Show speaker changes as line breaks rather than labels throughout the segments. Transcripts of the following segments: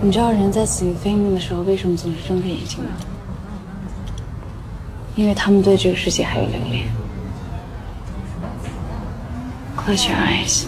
你知道人在死于非命的时候为什么总是睁着眼睛吗？因为他们对这个世界还有留恋。Close your eyes.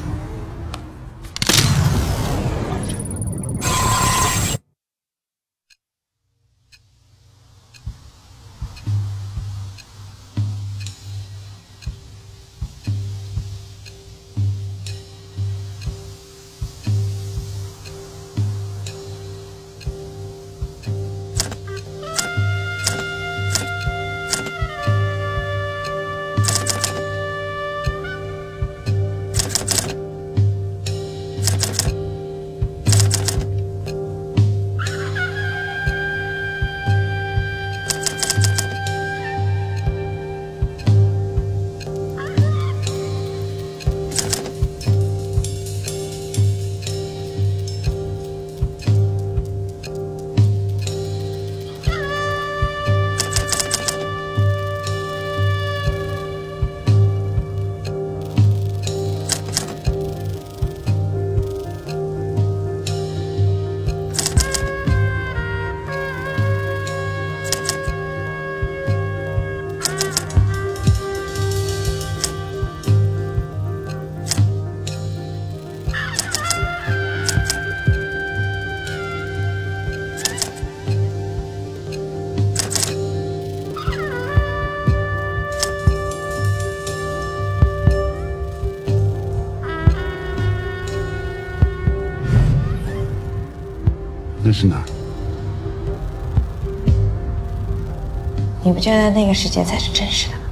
那是哪儿？
你不觉得那个世界才是真实的吗？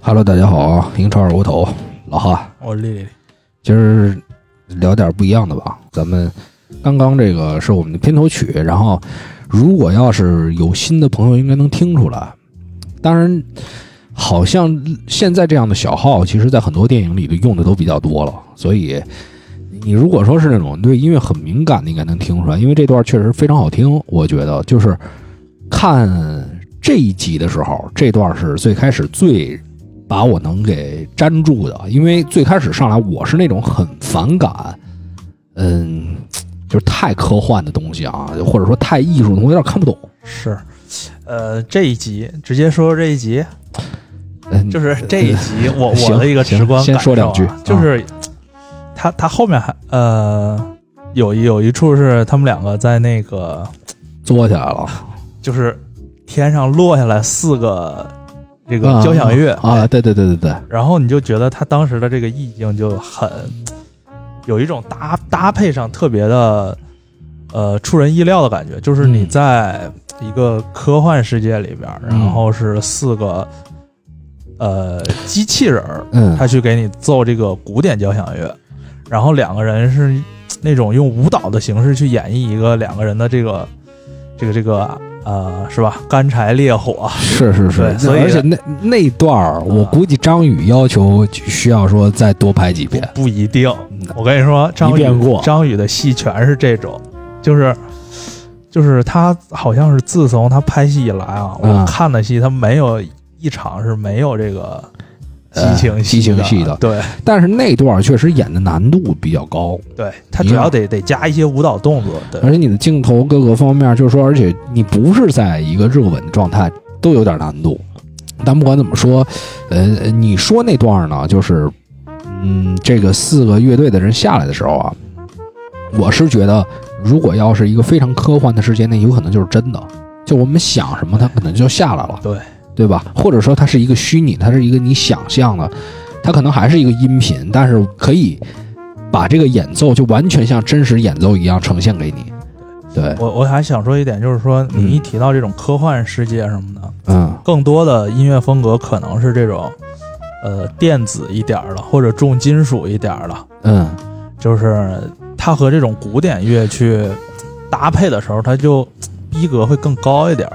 Hello，大家好啊，英超二锅头，老哈，
我哦丽丽，
今儿聊点不一样的吧。咱们刚刚这个是我们的片头曲，然后如果要是有新的朋友，应该能听出来。当然，好像现在这样的小号，其实在很多电影里都用的都比较多了，所以。你如果说是那种对音乐很敏感的，应该能听出来，因为这段确实非常好听。我觉得就是看这一集的时候，这段是最开始最把我能给粘住的，因为最开始上来我是那种很反感，嗯，就是太科幻的东西啊，或者说太艺术的东西，有点看不懂。
是，呃，这一集直接说这一集，
嗯，
就是这一集我我
行
的一个直观
行先说
感受啊
两句嗯
就是他他后面还呃有一有一处是他们两个在那个
作起来了，
就是天上落下来四个这个交响乐
啊啊，对对对对对，
然后你就觉得他当时的这个意境就很呃有一种搭搭配上特别的呃出人意料的感觉，就是你
嗯
在一个科幻世界里边儿，
嗯
然后是四个呃机器人儿，
嗯
他去给你奏这个古典交响乐，然后两个人是那种用舞蹈的形式去演绎一个两个人的这个这个这个呃是吧？干柴烈火，
是是是，
对所以啊
而且那那段儿，我估计张宇要求需要说再多拍几遍。
不一定
嗯。
我跟你说，张
一
宇
遍过
张宇的戏全是这种，就是就是他好像是自从他拍戏以来啊，
嗯
我看的戏他没有一场是没有这个激
呃
情
激情戏的
对
但是那段儿确实演的难度比较高，
对，他
一
主要
样
得得加一些舞蹈动作，对
而且你的镜头各个方面，就是说，而且你不是在一个热吻的状态，都有点难度。但不管怎么说，呃，你说那段儿呢，就是，嗯，这个四个乐队的人下来的时候啊，我是觉得，如果要是一个非常科幻的世界，那有可能就是真的，就我们想什么，它可能就下来了，
对
对吧？或者说它是一个虚拟，它是一个你想象的，它可能还是一个音频，但是可以把这个演奏就完全像真实演奏一样呈现给你。对，
我我还想说一点，就是说你一提到这种科幻世界什么的，
嗯，
更多的音乐风格可能是这种呃电子一点儿的，或者重金属一点儿的，
嗯，
就是它和这种古典乐去搭配的时候，它就逼格会更高一点儿，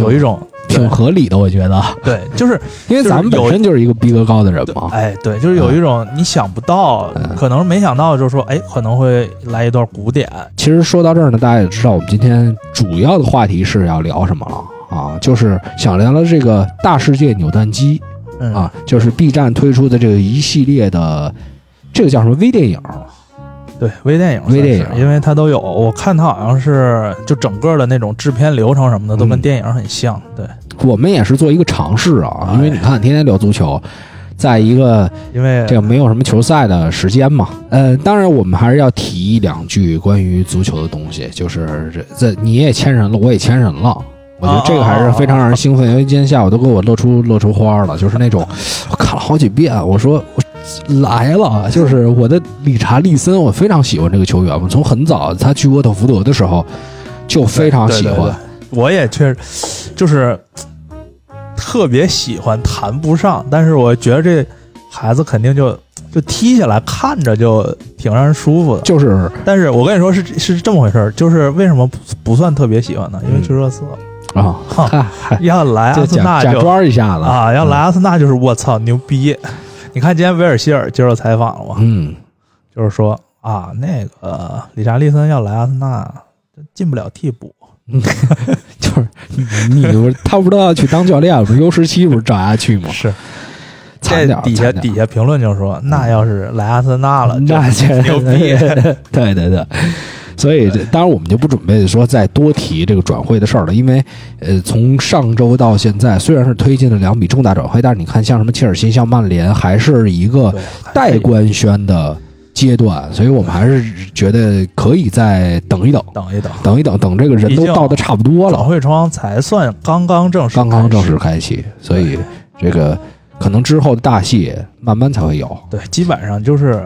有一种
挺嗯合理的，我觉得，
对，就是
因为咱们本身就是一个逼格高的人嘛。
哎对，就是有一种
嗯
你想不到，可能没想到，就是说哎可能会来一段古典，
其实说到这儿呢，大家也知道我们今天主要的话题是要聊什么了啊，就是响亮了这个大世界扭蛋机
嗯
啊，就是 B 站推出的这个一系列的，这个叫什么微电影？
对微电影算是，
微电影
因为它都有，我看它好像是就整个的那种制片流程什么的都
嗯
跟电影很像，对，
我们也是做一个尝试啊，因为你看，天天聊足球，在一个
因为
这个没有什么球赛的时间嘛，呃，当然我们还是要提两句关于足球的东西，就是这这你也签人了，我也签人了。我觉得这个还是非常让人兴奋，因为今天下午都给我乐出乐出花了，就是那种我看了好几遍，啊我说我来了，啊就是我的理查利森，我非常喜欢这个球员，我从很早他去沃特福德的时候就非常啊喜欢，
对对对我也确实就是特别喜欢，谈不上，但是我觉得这孩子肯定就就踢起来看着就挺让人舒服的。
就是
但是我跟你说是是这么回事儿，就是为什么不不算特别喜欢呢？因为
嗯
去热刺了，
啊，
哈
嗨 嗨，
要来
就
阿森
假
纳
假
就
装一下子
啊，要来，阿森纳就是我操牛逼！你看今天威尔希尔接受采访了嘛，
嗯
就是说啊，那个理查利森要来阿森纳，进不了替补，
嗯，就是你你不是他不知道要去当教练，不是 U 十七不是照样去吗？
是
惨
这
点儿
底下
惨点儿嗯
底下评论就说，那要是来阿森纳了，
那
就
这
牛逼
对对对，所以这当然我们就不准备说再多提这个转会的事儿了，因为呃，从上周到现在，虽然是推进了两笔重大转会，但是你看像什么切尔西、像曼联，还是一个
对
待官宣的阶段，所以我们还是觉得可以再等一等，
等一等，
等一等，等这个人都
毕竟
到的差不多了
转，会窗才算刚刚正式，
刚刚正式。开启，所以这个可能之后的大戏慢慢才会有。
对，基本上就是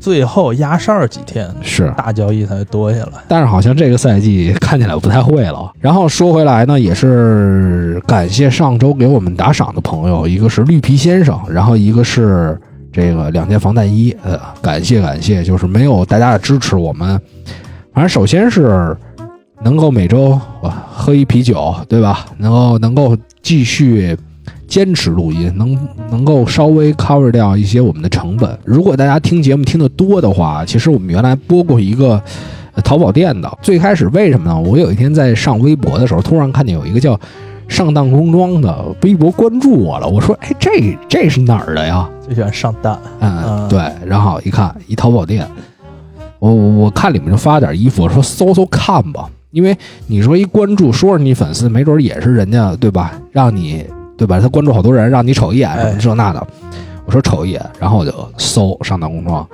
最后压哨儿几天，
是，
大交易才会多下来。
但是好像这个赛季看起来不太会了。然后说回来呢，也是感谢上周给我们打赏的朋友，一个是绿皮先生，然后一个是这个两件防弹衣，呃，感谢感谢，就是没有大家的支持，我们反正首先是能够每周哇喝一啤酒，对吧？能够能够继续。坚持录音，能能够稍微 cover 掉一些我们的成本。如果大家听节目听得多的话，其实我们原来播过一个呃淘宝店的。最开始为什么呢？我有一天在上微博的时候，突然看见有一个叫“上当工装”的微博关注我了。我说：“哎，这这是哪儿的呀
最喜欢上弹，？”
嗯，
嗯
对。然后一看，一淘宝店，我我我看里面就发点衣服，我说搜搜看吧。因为你说一关注，说是你粉丝，没准儿也是人家对吧？让你对吧？他关注好多人，让你瞅一眼什
哎
么这那的。我说瞅一眼，然后我就搜上当工装，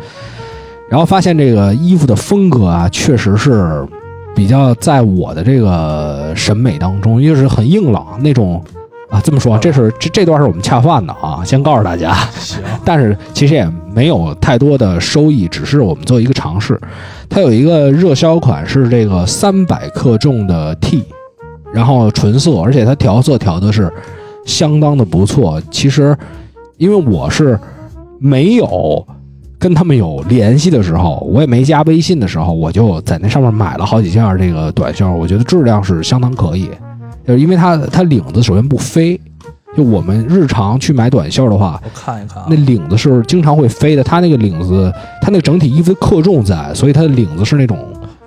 然后发现这个衣服的风格啊，确实是比较在我的这个审美当中，因为是很硬朗那种啊。这么说，这是这这段是我们恰饭的啊，先告诉大家。
行，
但是其实也没有太多的收益，只是我们做一个尝试。它有一个热销款是这个三百克重的 T，然后纯色，而且它调色调的是相当的不错。其实因为我是没有。跟他们有联系的时候，我也没加微信的时候，我就在那上面买了好几件儿这个短袖，我觉得质量是相当可以，就是因为它它领子首先不飞，就我们日常去买短袖的话，
我看一看啊
那，领子是经常会飞的，它那个领子，它那个整体衣服的克重在，所以它的领子是那种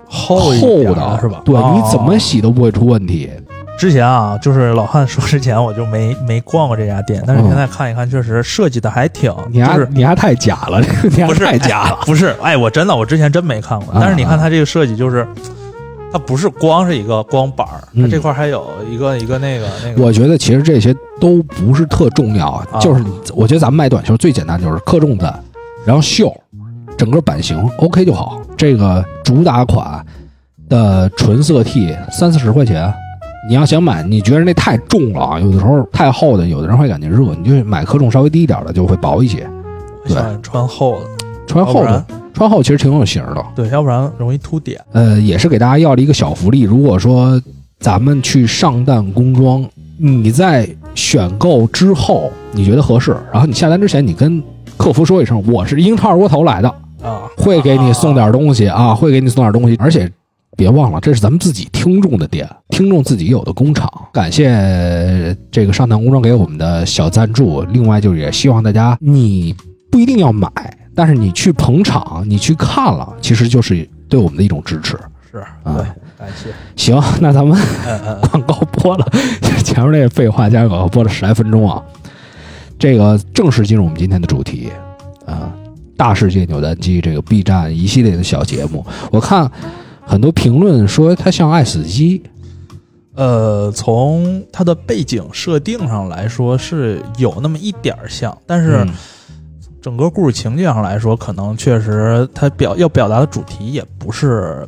厚一
厚
点
的，
儿是吧？
对，
哦
你怎么洗都不会出问题。
之前啊，就是老汉说之前我就没没逛过这家店，但是
嗯
现在看一看，确实设计的还挺，
你
就
还
是
你还太假了，你还
不是
太假了。
不是，哎，我真的我之前真没看过
啊，
但是你看它这个设计就是。它不是光是一个光板儿，它
嗯
这块儿还有一个一个那个那个，啊
我觉得其实这些都不是特重要，啊就是你我觉得咱们卖短袖最简单就是克重在，然后袖，整个版型 OK 就好。这个主打款的纯色 T 三四十块钱，你要想买，你觉得那太重了啊，有的时候太厚的，有的人会感觉热，你就买克重稍微低一点的就会薄一些。
我喜欢穿厚的，
穿
要
厚
哦不
的
然，
穿厚其实挺有型儿的。
对，要不然容易凸点。
呃，也是给大家要了一个小福利。如果说咱们去上弹工装，你在选购之后你觉得合适，然后你下单之前你跟客服说一声，我是英超二锅头来的，
啊，
会给你送点东西啊，会给你送点东西，而且。别忘了，这是咱们自己听众的店，听众自己有的工厂。感谢这个上弹工装给我们的小赞助。另外，就是也希望大家，你不一定要买，但是你去捧场，你去看了，其实就是对我们的一种支持。
是，
啊
对，感谢，
行，那咱们
嗯嗯，
广告播了，前面那个废话加广告播了十来分钟啊。这个正式进入我们今天的主题啊，大世界扭蛋机这个 B 站一系列的小节目，我看很多评论说它像爱死机，
呃，从它的背景设定上来说是有那么一点儿像，但是
嗯
整个故事情节上来说，可能确实它表要表达的主题也不是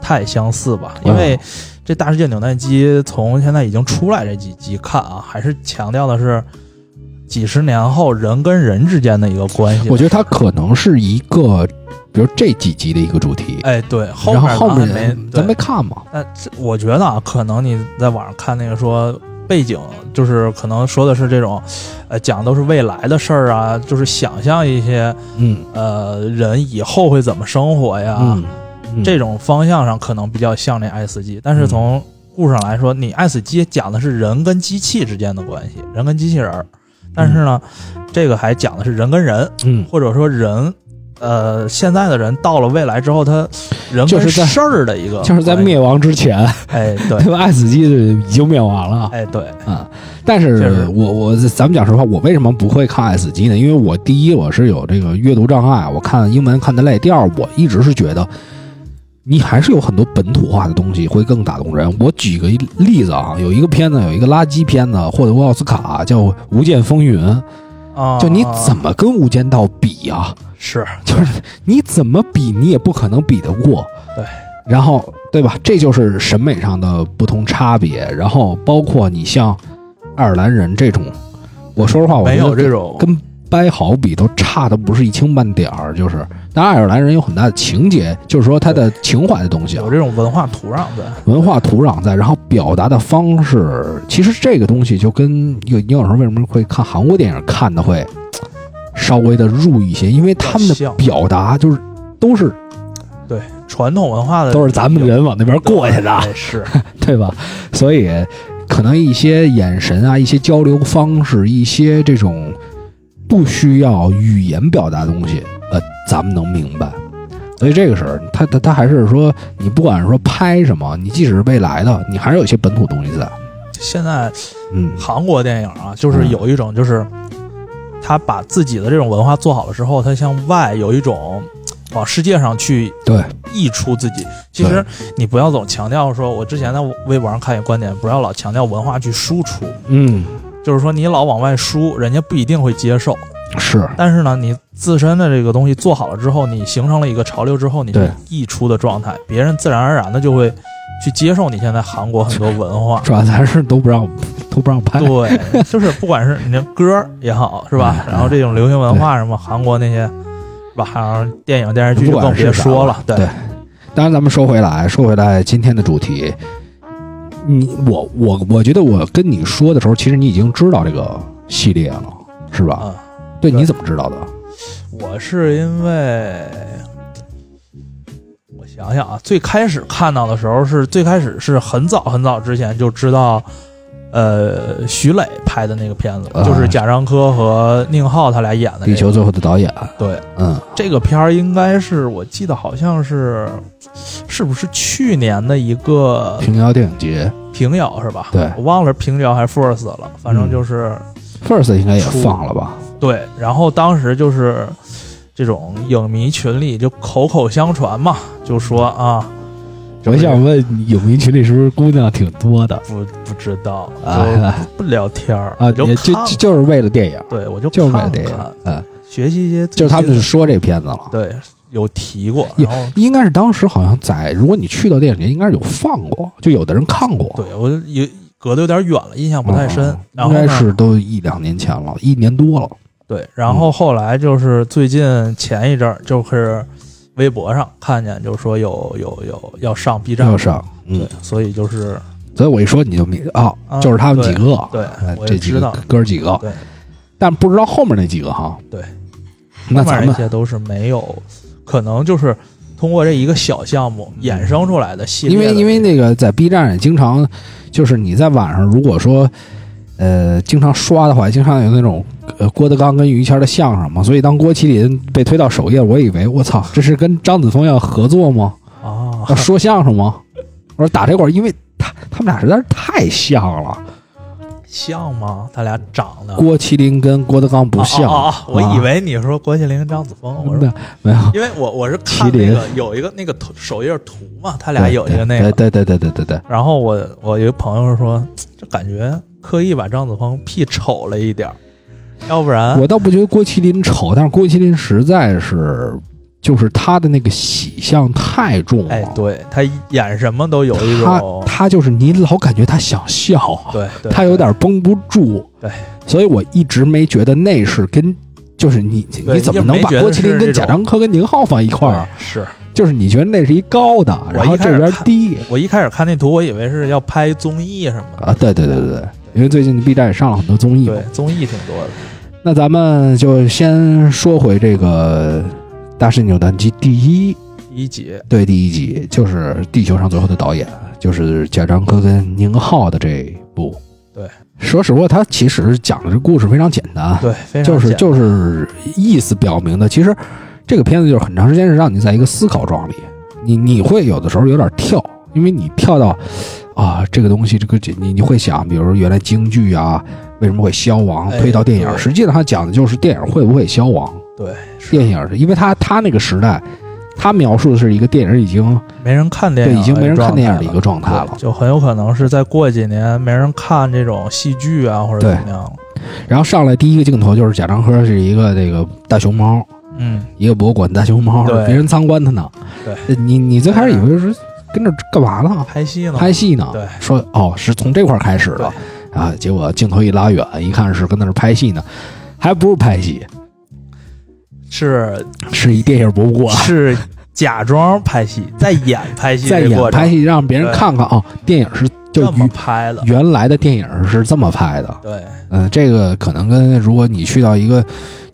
太相似吧，因
嗯
为这大世界扭蛋机从现在已经出来这几集看啊，还是强调的是几十年后人跟人之间的一个关系。
我觉得它可能是一个，比如这几集的一个主题。
哎，对，后
然后
面
后
咱没
面咱
对
没看嘛，
但这我觉得啊，可能你在网上看那个说背景，就是可能说的是这种，呃，讲都是未来的事儿啊，就是想象一些
嗯
呃人以后会怎么生活呀，
嗯，嗯
啊这种方向上可能比较像那爱死机，但是从故事上来说，你爱死机讲的是人跟机器之间的关系，人跟机器人儿，但是呢，这个还讲的是人跟人，
嗯，
或者说人。呃，现在的人到了未来之后，他人
就
跟
是在
事儿嗯的一个
就是在
关系
灭亡之前，
哎，对，
对吧？爱死机已经灭亡了，
哎，对，
啊，但
确
是
实
我我咱们讲实话，我为什么不会看爱死机呢？因为我第一我是有这个阅读障碍，我看英文看得累；第二，我一直是觉得你还是有很多本土化的东西会更打动人。我举个例子啊，有一个片子，有一个垃圾片子获得过奥斯卡，叫《无间风云》，
啊，
就你怎么跟《无间道》比啊呀、
是
就是你怎么比，你也不可能比得过。
对，
然后对吧？这就是审美上的不同差别。然后包括你像爱尔兰人这种，我说实话，我
没
觉得
有这种
跟掰好比都差的不是一清半点儿。就是，但爱尔兰人有很大的情节，就是说他的情怀的东西啊
有，这种文化土壤在，
文化土壤在，然后表达的方式，其实这个东西就跟有你有时候为什么会看韩国电影看的会稍微的入一些，因为他们
比较
的
像
表达就是都是
传统文化的
都是咱们人往那边过去的，
哎是，
嗯 对吧？所以可能一些眼神啊，一些交流方式，一些这种不需要语言表达的东西，呃，咱们能明白。所以这个事儿，他他他还是说，你不管是说拍什么，你即使是未来的，你还是有一些本土东西在。
现在
嗯
韩国电影啊，就是有一种就是他把自己的这种文化做好了之后，他向外有一种往世界上去
对，
溢出自己。其实你不要总强调说，我之前在微博上看一个观点，不要老强调文化去输出，
嗯，
就是说你老往外输，人家不一定会接受。
是
但是呢，你自身的这个东西做好了之后，你形成了一个潮流之后，你
对。
是溢出的状态，别人自然而然的就会去接受你现在韩国很多文化
主要咱是都不让都不让 拍。
对，就是不管是你的歌儿也好，是吧？
嗯
然后这种流行文化什么韩国那些，是吧？还有电影电视剧
不
就
管
更
是
别
啥
说
了
了。对
对当然，咱们说回来，说回来，今天的主题，你我我我觉得我跟你说的时候，其实你已经知道这个系列了，是吧？
嗯
对，
对
你怎么知道的？
我是因为我想想啊，最开始看到的时候是最开始是很早很早之前就知道，呃，徐磊拍的那个片子，
啊
就是贾樟柯和宁浩他俩演的、那个
地球最后的导演，
对，
嗯，
这个片儿应该是我记得好像是，是不是去年的一个
平遥电影节
平遥是吧？
对
我忘了是平遥还是 First 了，反
嗯
正就是、
，First 应该也放了吧？
对。然后当时就是这种影迷群里就口口相传嘛，就说
嗯
啊，这
我
不是
想问，影迷群里是不是姑娘挺多的？
不不知道，就
啊
不聊天儿
啊，
我就
也就
看
就就是为了电影，
对我就
就是为了
看
电
看
影，嗯，
学习一些最
就是他们
新
是
的
说这片子了。
对有提过，
也
然后
应该是当时好像在，如果你去到电影节，应该是有放过，就有的人看过。
对我就也隔得有点远了，印啊象不太深。
嗯
然
应
后
该
呢
是都一两年前了，一年多了。
对，然
嗯
后后来就是最近前一阵儿，就是微博上看见，就是说有有有要上 B 站，
要上，
对
嗯，，
所以就是
所以我一说你就明啊
啊，
就是他们几个，
对
哎
我也
这几
知
个
道
哥儿几个，
对，
但不知道后面那几个哈。
对，
那
后
咱
面
们
一些都是没有，可能就是通过这一个小项目衍生出来的系
嗯因
列
为
的
因为
那
那个在 B 站也经常，就是你在晚上如果说，呃，经常刷的话，经常有那种呃郭德纲跟于谦的相声嘛，所以当郭麒麟被推到首页，我以为我操，这是跟张子枫要合作吗？
啊 啊
要，说相声吗？我说打这块儿，因为他他们俩实在是太像了，
像吗？他俩长得啊
郭麒麟跟郭德纲不像，
啊啊啊我以
啊
为你说郭麒麟跟张子枫，哦 我说
没没有，
因为我我是看
麒
那
麟
个有一个那个图首页图嘛，他俩
对
有一个那个，
对对对对对对对，
然后我我有一朋友说，这感觉刻意把张子枫 P 丑了一点儿，要不然
我倒不觉得郭麒麟丑，但是郭麒麟实在是，就是他的那个喜相太重了。
哎，对他演什么都有一
他
种
他就是你老感觉他想笑，啊
对，对
他有点绷不住。
对，
所以我一直没觉得那是跟。就是你，
对
你怎么
你就没
能把
觉得
郭麒麟
是这啊
跟贾
种
樟柯跟宁浩放一块儿？
对是
就是你觉得那是一高的，
我
然后
一开
这
始
边
看
低
我一开始看那图，我以为是要拍综艺什么的
啊？对对对对对，因为最近 B 站也上了很多综艺嘛
对，综艺挺多的。
那咱们就先说回这个《大师扭蛋机》第一
第一集，
对，第一集就是《地球上最后的导演》，就是贾樟柯跟宁浩的这一部。
对，
说实话，他其实讲的这故事非常简单，
对，非常
就是
简单
就是意思表明的。其实这个片子就是很长时间是让你在一个思考状里，你你会有的时候有点跳，因为你跳到啊这个东西，这个你你会想，比如原来京剧啊为什么会消亡，
哎
推到电影，
对
实际上它讲的就是电影会不会消亡。
对，是
电影是因为他他那个时代，他描述的是一个电影已经
没人看电影
对
了，
已经没人看电影
的
的一个状态了
对就很有可能是再过几年没人看这种戏剧啊，或者
对
怎么样了。
然后上来第一个镜头就是贾樟柯是一个这个大熊猫，
嗯，
一个博物馆大熊猫，
对
别人参观他呢。
对，
你你最开始以为是跟着干嘛呢？
拍戏呢，
拍戏呢？
嗯对
说哦是从这块儿开始的啊，结果镜头一拉远，一看是跟那儿拍戏呢，还不是拍戏，
是
是一电影博物馆。
是假装拍戏，在演拍戏
在
这
演
过程，
拍戏，让别人
对
看看哦，电影是就
这么
原
拍的，
原来的电影是这么拍的，
对
嗯，这个可能跟如果你去到一个，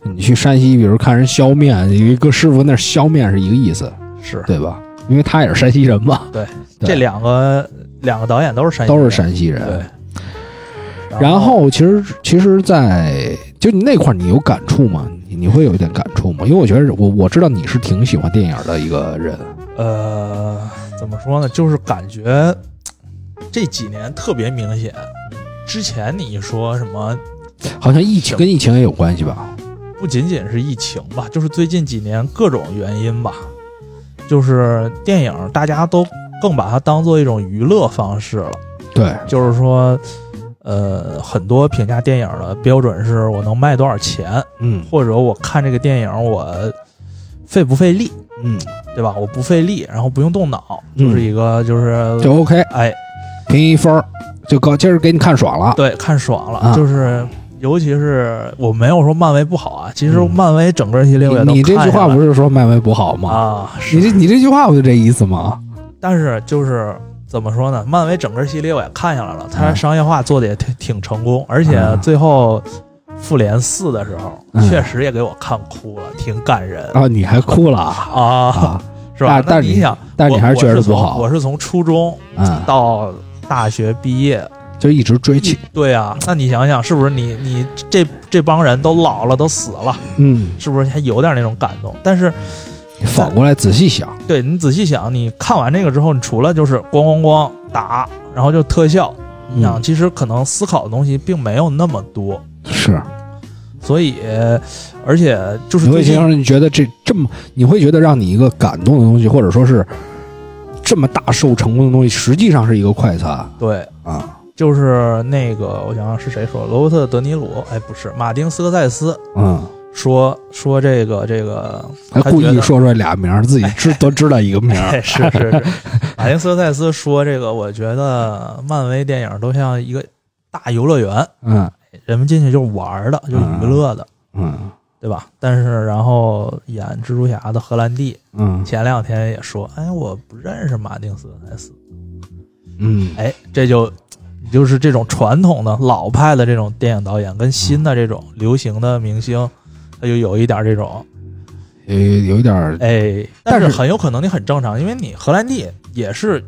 你去山西，比如看人削面，有一个师傅那儿削面是一个意思，
是
对吧？因为他也是山西人嘛，对
这两个两个导演都是山西
都是
人
山西人。
对。
然
后
后其实其实在，就你那块儿你有感触吗？你你会有一点感触吗？因为我觉得我我知道你是挺喜欢电影的一个人，
呃，怎么说呢？就是感觉这几年特别明显。之前你一说什么，
好像疫情跟疫情也有关系吧？
不仅仅是疫情吧，就是最近几年各种原因吧，就是电影大家都更把它当做一种娱乐方式了。
对，
就是说，呃，很多评价电影的标准是我能卖多少钱，
嗯
或者我看这个电影我费不费力，
嗯，
对吧？我不费力，然后不用动脑，
嗯
就是一个就是、
就 OK，
哎，
评一分儿就高，今儿给你看爽了。
对，看爽了，
啊
就是。尤其是我没有说漫威不好啊，其实
嗯
漫威整个系列我也都
你你这
看
句
下
话
来
不是说漫威不好吗？
啊，
你
是，
这你这句话不就这意思吗？
但是就是怎么说呢？漫威整个系列我也看下来了，它
嗯
商业化做的也挺挺成功，而且
嗯
最后复联四的时候，
嗯
确实也给我看哭了，挺感人
啊，你还哭了啊？
啊，
啊
是
但
吧？那
但是
你想，
但是你
我
还是
我
觉得
是
不
从
好
我是从初中
嗯，
到大学毕业，
就一直追起，
对啊，那你想想，是不是你你这这帮人都老了，都死了，
嗯，
是不是还有点那种感动？但是
你反过来仔细想，
对你仔细想，你看完这个之后，你除了就是咣咣咣打，然后就特效，你想，
嗯
其实可能思考的东西并没有那么多，
是，
所以，呃而且就是
你会
最近
让人觉得这这么，你会觉得让你一个感动的东西，或者说是这么大受成功的东西，实际上是一个快餐
对，
啊，
就是那个我想想是谁说，罗伯特·德尼鲁，哎，不是，马丁·斯科塞斯
嗯，
说说这个这个，
还
他
故
觉
意
得
说出来俩名儿，自己知都知道一个名儿，
哎，是是是，马丁·斯科塞斯说这个，我觉得漫威电影都像一个大游乐园，
嗯
人们进去就是玩儿的，就是娱乐的。
嗯
对吧？但是然后演蜘蛛侠的荷兰弟
嗯
前两天也说，哎，我不认识马丁斯科塞斯，
嗯，
哎，这就就是这种传统的老派的这种电影导演跟新的这种流行的明星，他就有一点这种，
有呃有一点儿，
哎，
但
但
是
是很有可能你很正常，因为你荷兰弟也是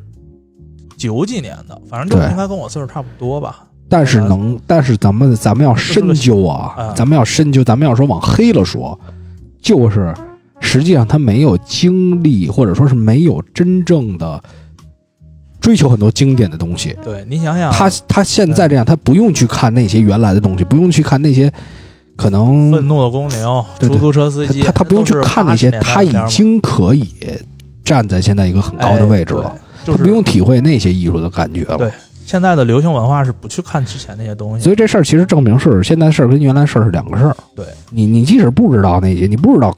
九几年的，反正就
对
应该跟我岁数差不多吧，
但
嗯
是能，但是咱们咱们要深究啊
啊，
咱们要深究，咱们要说往黑了说，就是实际上他没有经历，或者说是没有真正的追求很多经典的东西。
对你想想，
他他现在这样，他不用去看那些原来的东西，不用去看那些可能
愤怒的公牛、
对对
出租车司机，
他他不用去看那些，他已经可以站在现在一个很高的位置了，，
哎就是
他不用体会那些艺术的感觉了
对。现在的流行文化是不去看之前那些东西
所，以这事儿其实证明是现在事儿跟原来事儿是两个事儿。
对，
你你即使不知道那些，你不知道，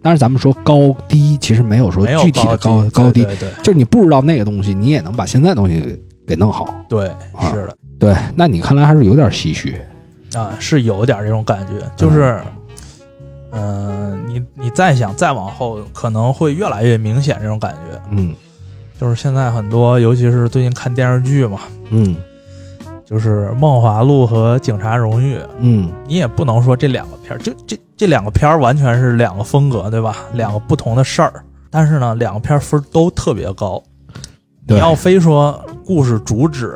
当然咱们说高低，其实没有说
没有
具体的
高
高
低
低，
对对
就是你不知道那个东西，你也能把现在东西给弄好。
对，
啊
对是的
对，那你看来还是有点唏嘘。
啊，是有点这种感觉，就是，嗯，你你再想再往后，可能会越来越明显这种感觉。
嗯
就是现在很多，尤其是最近看电视剧嘛，
嗯
就是《梦华录》和《警察荣誉》，
嗯，
你也不能说这两个片儿，就这这两个片儿完全是两个风格，对吧？两个不同的事儿，但是呢，两个片儿分儿都特别高。你
对，
要非说故事主旨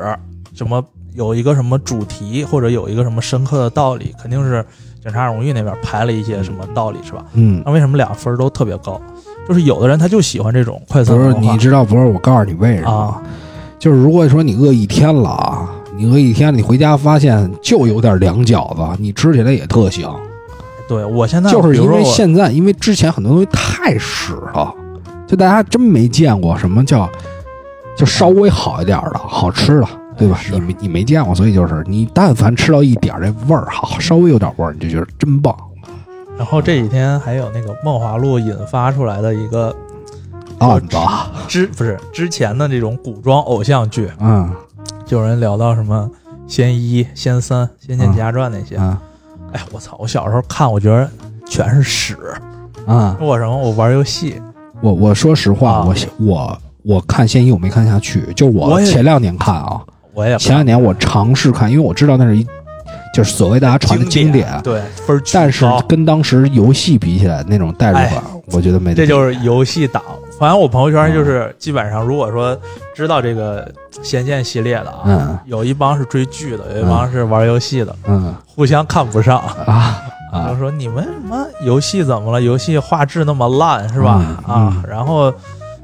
什么有一个什么主题，或者有一个什么深刻的道理，肯定是《警察荣誉》那边排了一些什么道理，是吧？
嗯。
那为什么两分儿都特别高？就是有的人他就喜欢这种快速
不是，
文化
你知道不是？我告诉你为什么，
啊
就是如果说你饿一天了啊，你饿一天，你回家发现就有点凉饺子，你吃起来也特香，
对我现在
就是
比如
因
说
为
我
现在因为之前很多东西太屎了，就大家真没见过什么叫就稍微好一点的好吃的。对吧？
哎是
你没你没见过，所以就是你但凡吃到一点儿这味儿，好稍微有点味儿，你就觉得真棒
然后这几天还有那个《梦华录》引发出来的一个
案子啊！
之不是之前的这种古装偶像剧，
嗯
就有人聊到什么仙一、仙三、仙剑奇侠传那些。
啊
哎，我操！我小时候看，我觉得全是屎。
啊！
我什么？我玩游戏，
我我说实话，
啊
我我我看《仙一》我没看下去，就是
我
我
也
前两年看啊，
我也
前两年我尝试看，因为我知道那是一就是所谓大家传的经典，
对啊分儿巨
但是
高
跟当时游戏比起来那种代入感，我觉得没得
哎
比。
这就是游戏党。反正我朋友圈就是基本上，如果说知道这个仙剑系列的啊，
嗯
有一帮是追剧的，有一帮是玩游戏的，
嗯
互相看不上。
啊
就
啊
说你们什么游戏怎么了？游戏画质那么烂是吧？
嗯嗯
啊，然后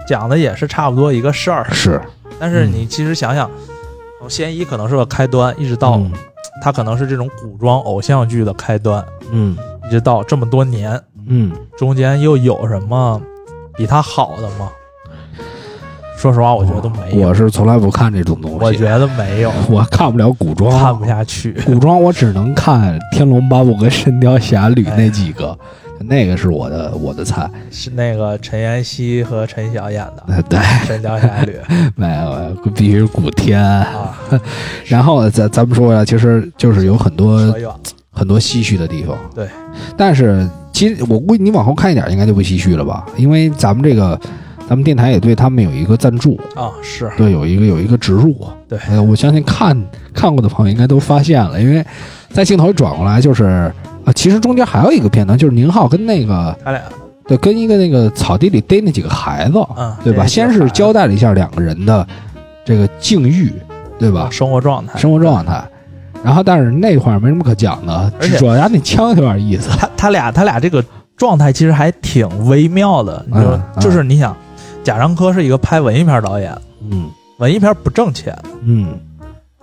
讲的也是差不多一个事儿，
是
但是你其实想想，从仙一可能是个开端，一直到
嗯
它可能是这种古装偶像剧的开端，
嗯
一直到这么多年，
嗯，
中间又有什么比它好的吗？说实话，我觉得没有，
我是从来不看这种东西，
哎我觉得没有，
我看不了古装，
看不下去。
古装我只能看《天龙八部》跟《神雕侠侣》
哎
那几个，那个是我的我的菜。
是那个陈妍希和陈晓演的
呃对，
《神雕侠侣》
没有，必须是哎古天。
啊，
然后咱咱们说回来，其实就是有很多
扯远了。
很多唏嘘的地方。
对，
但是其实我估计你往后看一点，应该就不唏嘘了吧？因为咱们这个，咱们电台也对他们有一个赞助，
啊，是
对，有一个有一个植入。
对
哎呀我相信看看过的朋友应该都发现了，因为在镜头一转过来就是啊，其实中间还有一个片段，就是宁浩跟那个
他俩，
对，跟一个那个草地里逮那几个孩子，
嗯，
对吧？
这
先是交代了一下两个人的这个境遇，对吧？
啊生活状态，
生活状态。然后，但是那块儿没什么可讲的，
而且
主要家那枪有点意思。
他他俩他俩这个状态其实还挺微妙的，你说、
嗯
就是你想，贾樟柯是一个拍文艺片导演，
嗯
文艺片不挣钱，
嗯，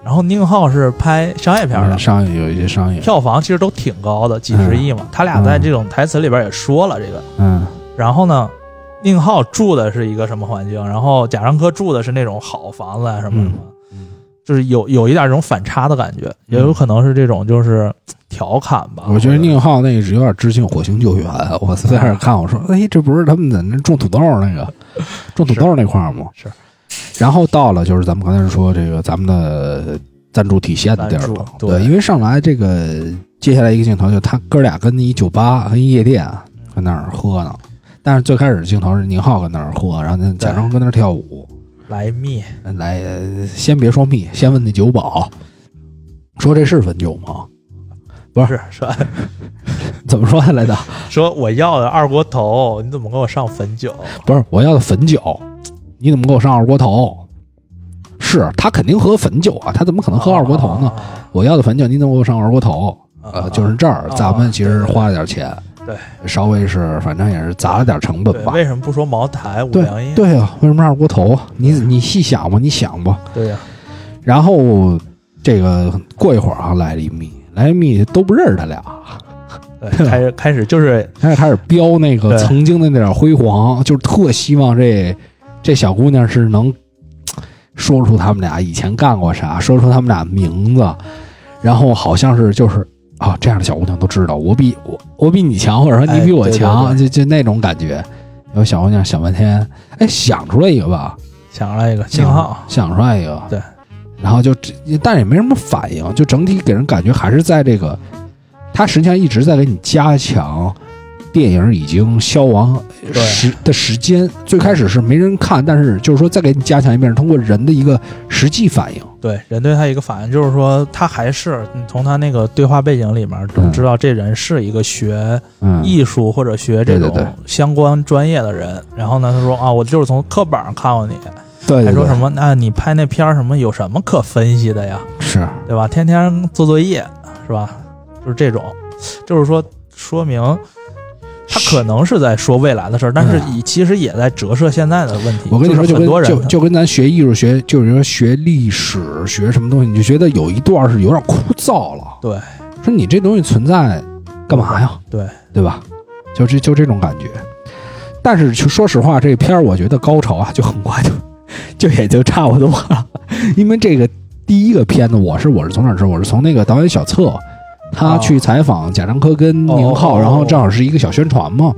然后宁浩是拍商业片的。
商业有一些商业，
票房其实都挺高的，几十亿嘛。他俩在这种台词里边也说了这个。
嗯
然后呢，宁浩住的是一个什么环境？然后贾樟柯住的是那种好房子啊，什么什么，
嗯
就是有有一点这种反差的感觉，也有可能是这种就是调侃吧。
我觉得
或者
宁浩那个是有点致敬火星救援。啊
哦
我在那儿看，我说，哎，这不是他们在那种土豆儿 那个种土豆儿那块儿吗？
是。
然后到了就是咱们刚才说这个咱们的赞助体现的地儿
赞
了
助，对
因为上来这个接下来一个镜头就他哥俩跟一酒吧跟一夜店在那儿喝呢。但是最开始镜头是宁浩跟那儿喝，然后那贾樟柯跟那儿跳舞，
来密，
来，呃先别说密，先问那酒保，说这是汾酒吗？
不是说
怎么说的来着？
说我要的二锅头，你怎么给我上汾酒？
不是，我要的汾酒，你怎么给我上二锅头？是他肯定喝汾酒啊，他怎么可能喝二锅头呢？
啊？
我要的汾酒，你怎么给我上二锅头？
啊
呃，就是这儿，
啊
咱们其实
对对对
花了点钱，
对，
稍微是反正也是砸了点成本
对，
吧。
为什么不说茅台、五
对
粮液？
对啊，为什么二锅头啊？你你细想吧，你想吧。
对呀，
然后这个过一会儿啊，来了一密，来一密都不认识他俩，
对，开始开始就是
他就开始飙那个
对
曾经的那点辉煌，就是特希望这这小姑娘是能说出他们俩以前干过啥，说出他们俩名字，然后好像是就是啊这样的小姑娘都知道我比我我比你强，或者说你
哎
比我
对对
强，
对
就就那种感觉。然后小姑娘想半天，哎，想出来一个吧，
想了一个信
想
号，
想出来一个，
对，
然后就这但也没什么反应，就整体给人感觉还是在这个，他实际上一直在给你加强电影已经消亡
对
时的时间。最开始是没人看，但是就是说再给你加强一遍，通过人的一个实际反应。
对人对他一个反应，就是说他还是你从他那个对话背景里面
嗯
知道这人是一个学
嗯，
艺术或者学
对
这
对对
种相关专业的人。然后呢，他说啊，我就是从课本上看过你，
对，
还
对
说什
对
么那你拍那片儿什么有什么可分析的呀？
是
对吧？天天做作业是吧？就是这种，就是说说明他可能是在说未来的事儿，但是以其实也在折射现在的问题。
嗯我跟你说，
就是
就
很多
跟
人
就就跟咱学艺术学，就是说学历史学什么东西，你就觉得有一段是有点枯燥了。
对，
说你这东西存在干嘛呀？
对
对吧？就这就这种感觉。但是就说实话，这片儿我觉得高潮啊，就很快就 就也就差不多了， 因为这个第一个片子我是我是从哪儿知道？我是从那个导演小策，他
啊
去采访贾樟柯跟宁浩，
哦哦哦
然后正好是一个小宣传嘛，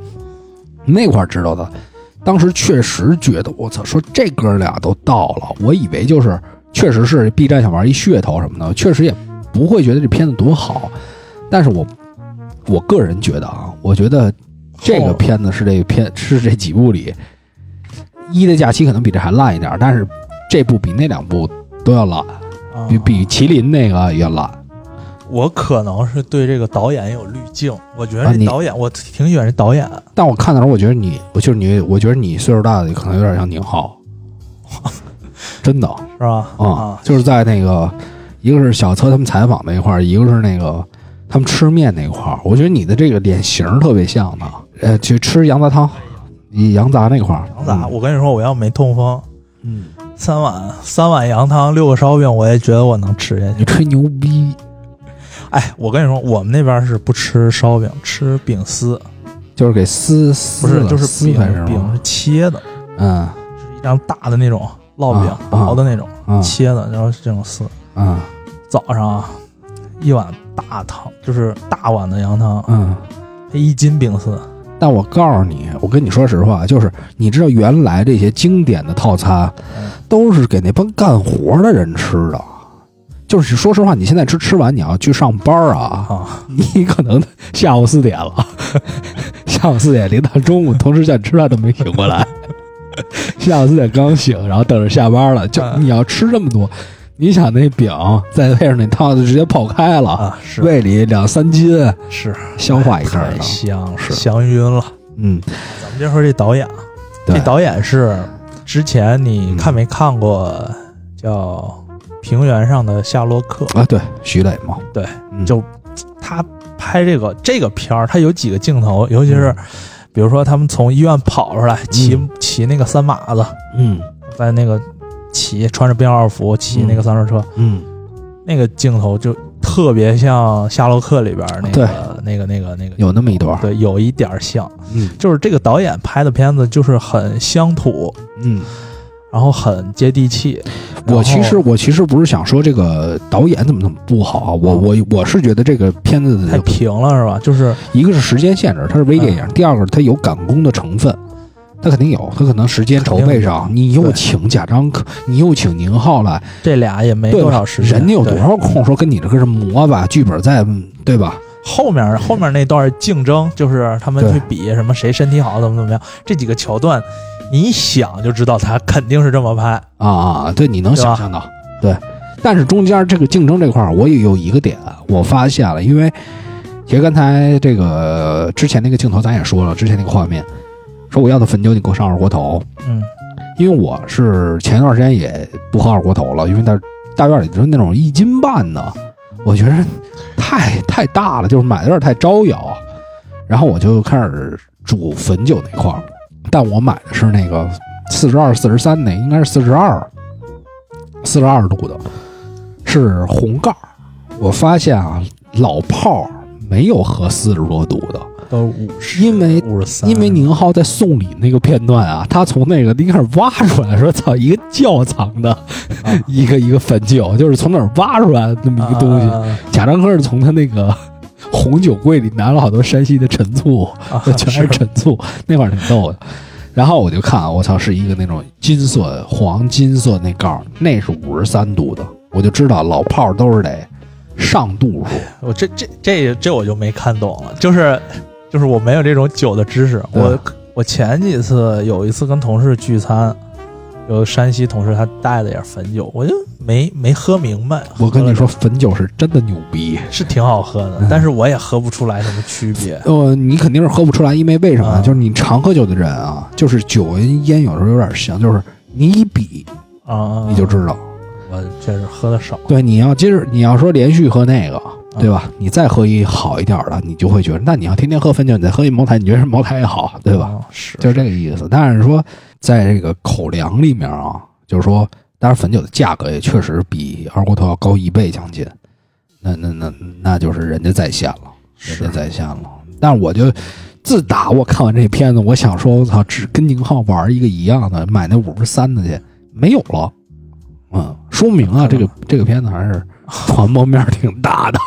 那块儿知道的。当时确实觉得我操，说这哥俩都到了，我以为就是确实是 B 站想玩一噱头什么的，确实也不会觉得这片子多好，但是我我个人觉得啊，我觉得这个
后
片子是这片是这几部里一的假期可能比这还烂一点，但是这部比那两部都要烂，
啊
比比麒麟那个也烂。
我可能是对这个导演有滤镜，我觉
啊
得
你
这导演、我挺喜欢这导演，
但我看的时候，我觉得你，我就是你，我觉得你岁数大的可能有点像宁浩， 真的
是吧？
啊
啊，，
就是在那个一个是小车他们采访那一块儿，一个是那个他们吃面那一块儿，我觉得你的这个脸型儿特别像他，呃，去吃羊杂汤，以羊杂那块儿，
羊杂，啊我跟你说，我要没痛风，
嗯，
三碗三碗羊汤，六个烧饼，我也觉得我能吃下去
你。吹牛逼，
哎，我跟你说，我们那边是不吃烧饼，吃饼丝，
就是给撕撕
不是
了
就是
撕开是
饼，饼
吗？
是切的。
嗯
是一张大的那种烙饼
啊啊，
薄的那种，
嗯
切的，然后这种丝。
嗯
早上啊，一碗大汤，就是大碗的羊汤，
嗯。
配一斤饼丝。
但我告诉你，我跟你说实话，就是你知道原来这些经典的套餐
嗯，
都是给那帮干活的人吃的。就是说实话，你现在吃吃完，你要去上班啊，
啊，
你可能下午四点了，下午四点临到中午，同事叫你吃饭都没醒过来，下午四点刚醒，然后等着下班了，就
嗯
你要吃这么多，你想那饼再配上那汤，就直接泡开了，
啊是
胃里两三斤，
是，
消化一阵儿
太
的。
香了，
是
香晕了。
嗯，
咱们就说这导演啊，
对
这导演是之前你看没看过叫《平原上的夏洛克》？
啊，对，徐磊嘛，
对，
嗯
就他拍这个这个片儿，他有几个镜头，尤其是比如说他们从医院跑出来，骑、
嗯
骑那个三马子，
嗯
在那个骑穿着病号服骑那个三轮车，
嗯，
那个镜头就特别像《夏洛克》里边儿那个那个那个那个，
有那么一段儿，
对，有一点儿像，
嗯
就是这个导演拍的片子就是很乡土，
嗯，
然后很接地气。然后
我其实我其实不是想说这个导演怎么怎么不好啊，我我我是觉得这个片子
哦太
的
平了是吧？就是
一个是时间限制，它是微电影，
嗯
第二个它有赶工的成分。它肯定有，它可能时间筹备上，你又
对
请贾樟柯，你又请宁浩来，
这俩也没
对吧
多少时间，
人家有多
对
少空说跟你这个是磨吧，剧本在，嗯对吧？
后面后面那段竞争，就是他们
对
去比什么谁身体好，怎么怎么样，这几个桥段，你一想就知道他肯定是这么拍。
啊，对，你能
对吧
想象到，对。但是中间这个竞争这块儿，我也有一个点我发现了，因为其实刚才这个之前那个镜头咱也说了，之前那个画面，说我要的汾酒你给我上二锅头，
嗯，
因为我是前一段时间也不喝二锅头了，因为在大院里就是那种一斤半的，我觉得太太大了，就是买的有点太招摇。然后我就开始煮汾酒那块儿，但我买的是那个四十二、四十三那，应该是四十二，四十二度的，是红盖儿。我发现啊，老炮儿没有喝四十多度的，
都五十，
因为
五十三，
因为宁浩在送礼那个片段啊，他从那个一开始挖出来说，操，一个窖藏的、
啊
一个一个汾酒，就是从哪儿挖出来的那么一个东西。
啊
贾樟柯是从他那个 红酒柜里拿了好多山西的陈醋，
啊
全是陈醋，那块儿挺逗的。然后我就看啊，我操，是一个那种金色黄金色那盖儿，那是五十三度的，我就知道老炮儿都是得上度数。
我这这这这我就没看懂了，就是就是我没有这种酒的知识。
对
我我前几次有一次跟同事聚餐，有山西同事他带了点汾酒，我就没没喝明白。
我跟
喝
你
了
说，嗯汾酒是真的牛逼。
是挺好喝的，但是我也喝不出来什么区别。
呃，你肯定是喝不出来，因为为什么？
啊
就是你常喝酒的人啊，就是酒跟烟有时候有点像，就是你一比嗯
啊，
你就知道。
我确实喝的少。
对，你要接着你要说连续喝那
啊
个，对吧？你再喝一好一点儿的，你就会觉得，那你要天天喝汾酒，你再喝一茅台，你觉得茅台也好，对吧？
嗯？是，
就是这个意思。但是说，在这个口粮里面啊，就是说，当然汾酒的价格也确实比二锅头要高一倍将近，那那那那就是人家在线了，人家在线了。但我就自打我看完这片子，我想说，我操，只跟宁浩玩一个一样的，买那五十三的去，没有了。嗯，说明啊，这个这个片子还是传播面儿挺大的。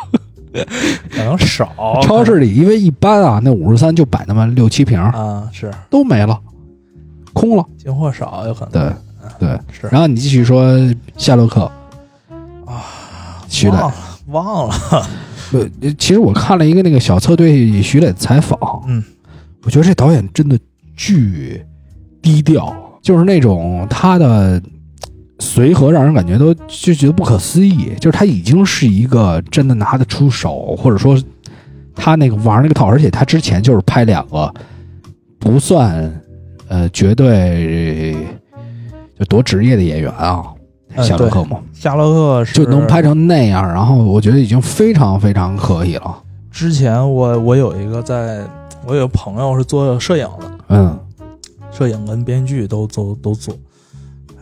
可能少。
超市里，因为一般啊，那五十三就摆那么六七瓶儿，
啊，是
都没了，空了。
进货少，有可能。
对，对，
是
然后你继续说夏洛克啊，徐磊
忘。了忘了。
不呃其实我看了一个那个小策对徐磊的采访，
嗯，
我觉得这导演真的巨低调，就是那种他的随和让人感觉都就觉得不可思议，就是他已经是一个真的拿得出手，或者说他那个玩那个套，而且他之前就是拍两个不算呃绝对呃就多职业的演员啊，
嗯
夏洛
对
克嘛，
夏洛克是
就能拍成那样，然后我觉得已经非常非常可以了。
之前我我有一个在，我有个朋友是做摄影的，
嗯
摄影跟编剧都都都做，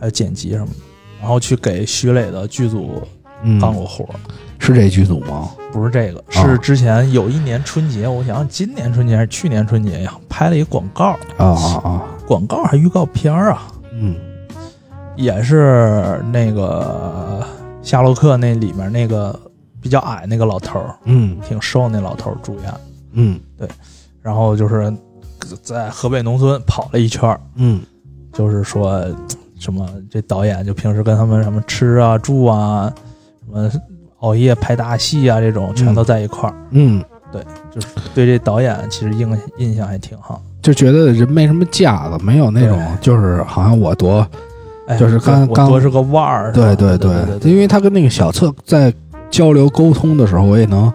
还有剪辑什么的，然后去给徐磊的剧组
嗯，
干过活儿，
是这剧组吗？
不是这个，
啊
是之前有一年春节，我想想今年春节还是去年春节呀，拍了一个广告，
啊啊啊！
广告还预告片儿啊，
嗯
也是那个夏洛克那里面那个比较矮那个老头儿，
嗯
挺瘦那老头儿主演，
嗯
然后就是在河北农村跑了一圈儿。
嗯
就是说什么这导演就平时跟他们什么吃啊住啊，什么熬夜拍大戏啊这种，全都在一块儿。
嗯，
就是对这导演其实印印象还挺好。
就觉得人没什么架子，没有那种就是好像我多
哎，
就是刚
我
刚
多是个腕儿，是吧
对对
对对，
因为他跟那个小策在交流沟通的时候，我也能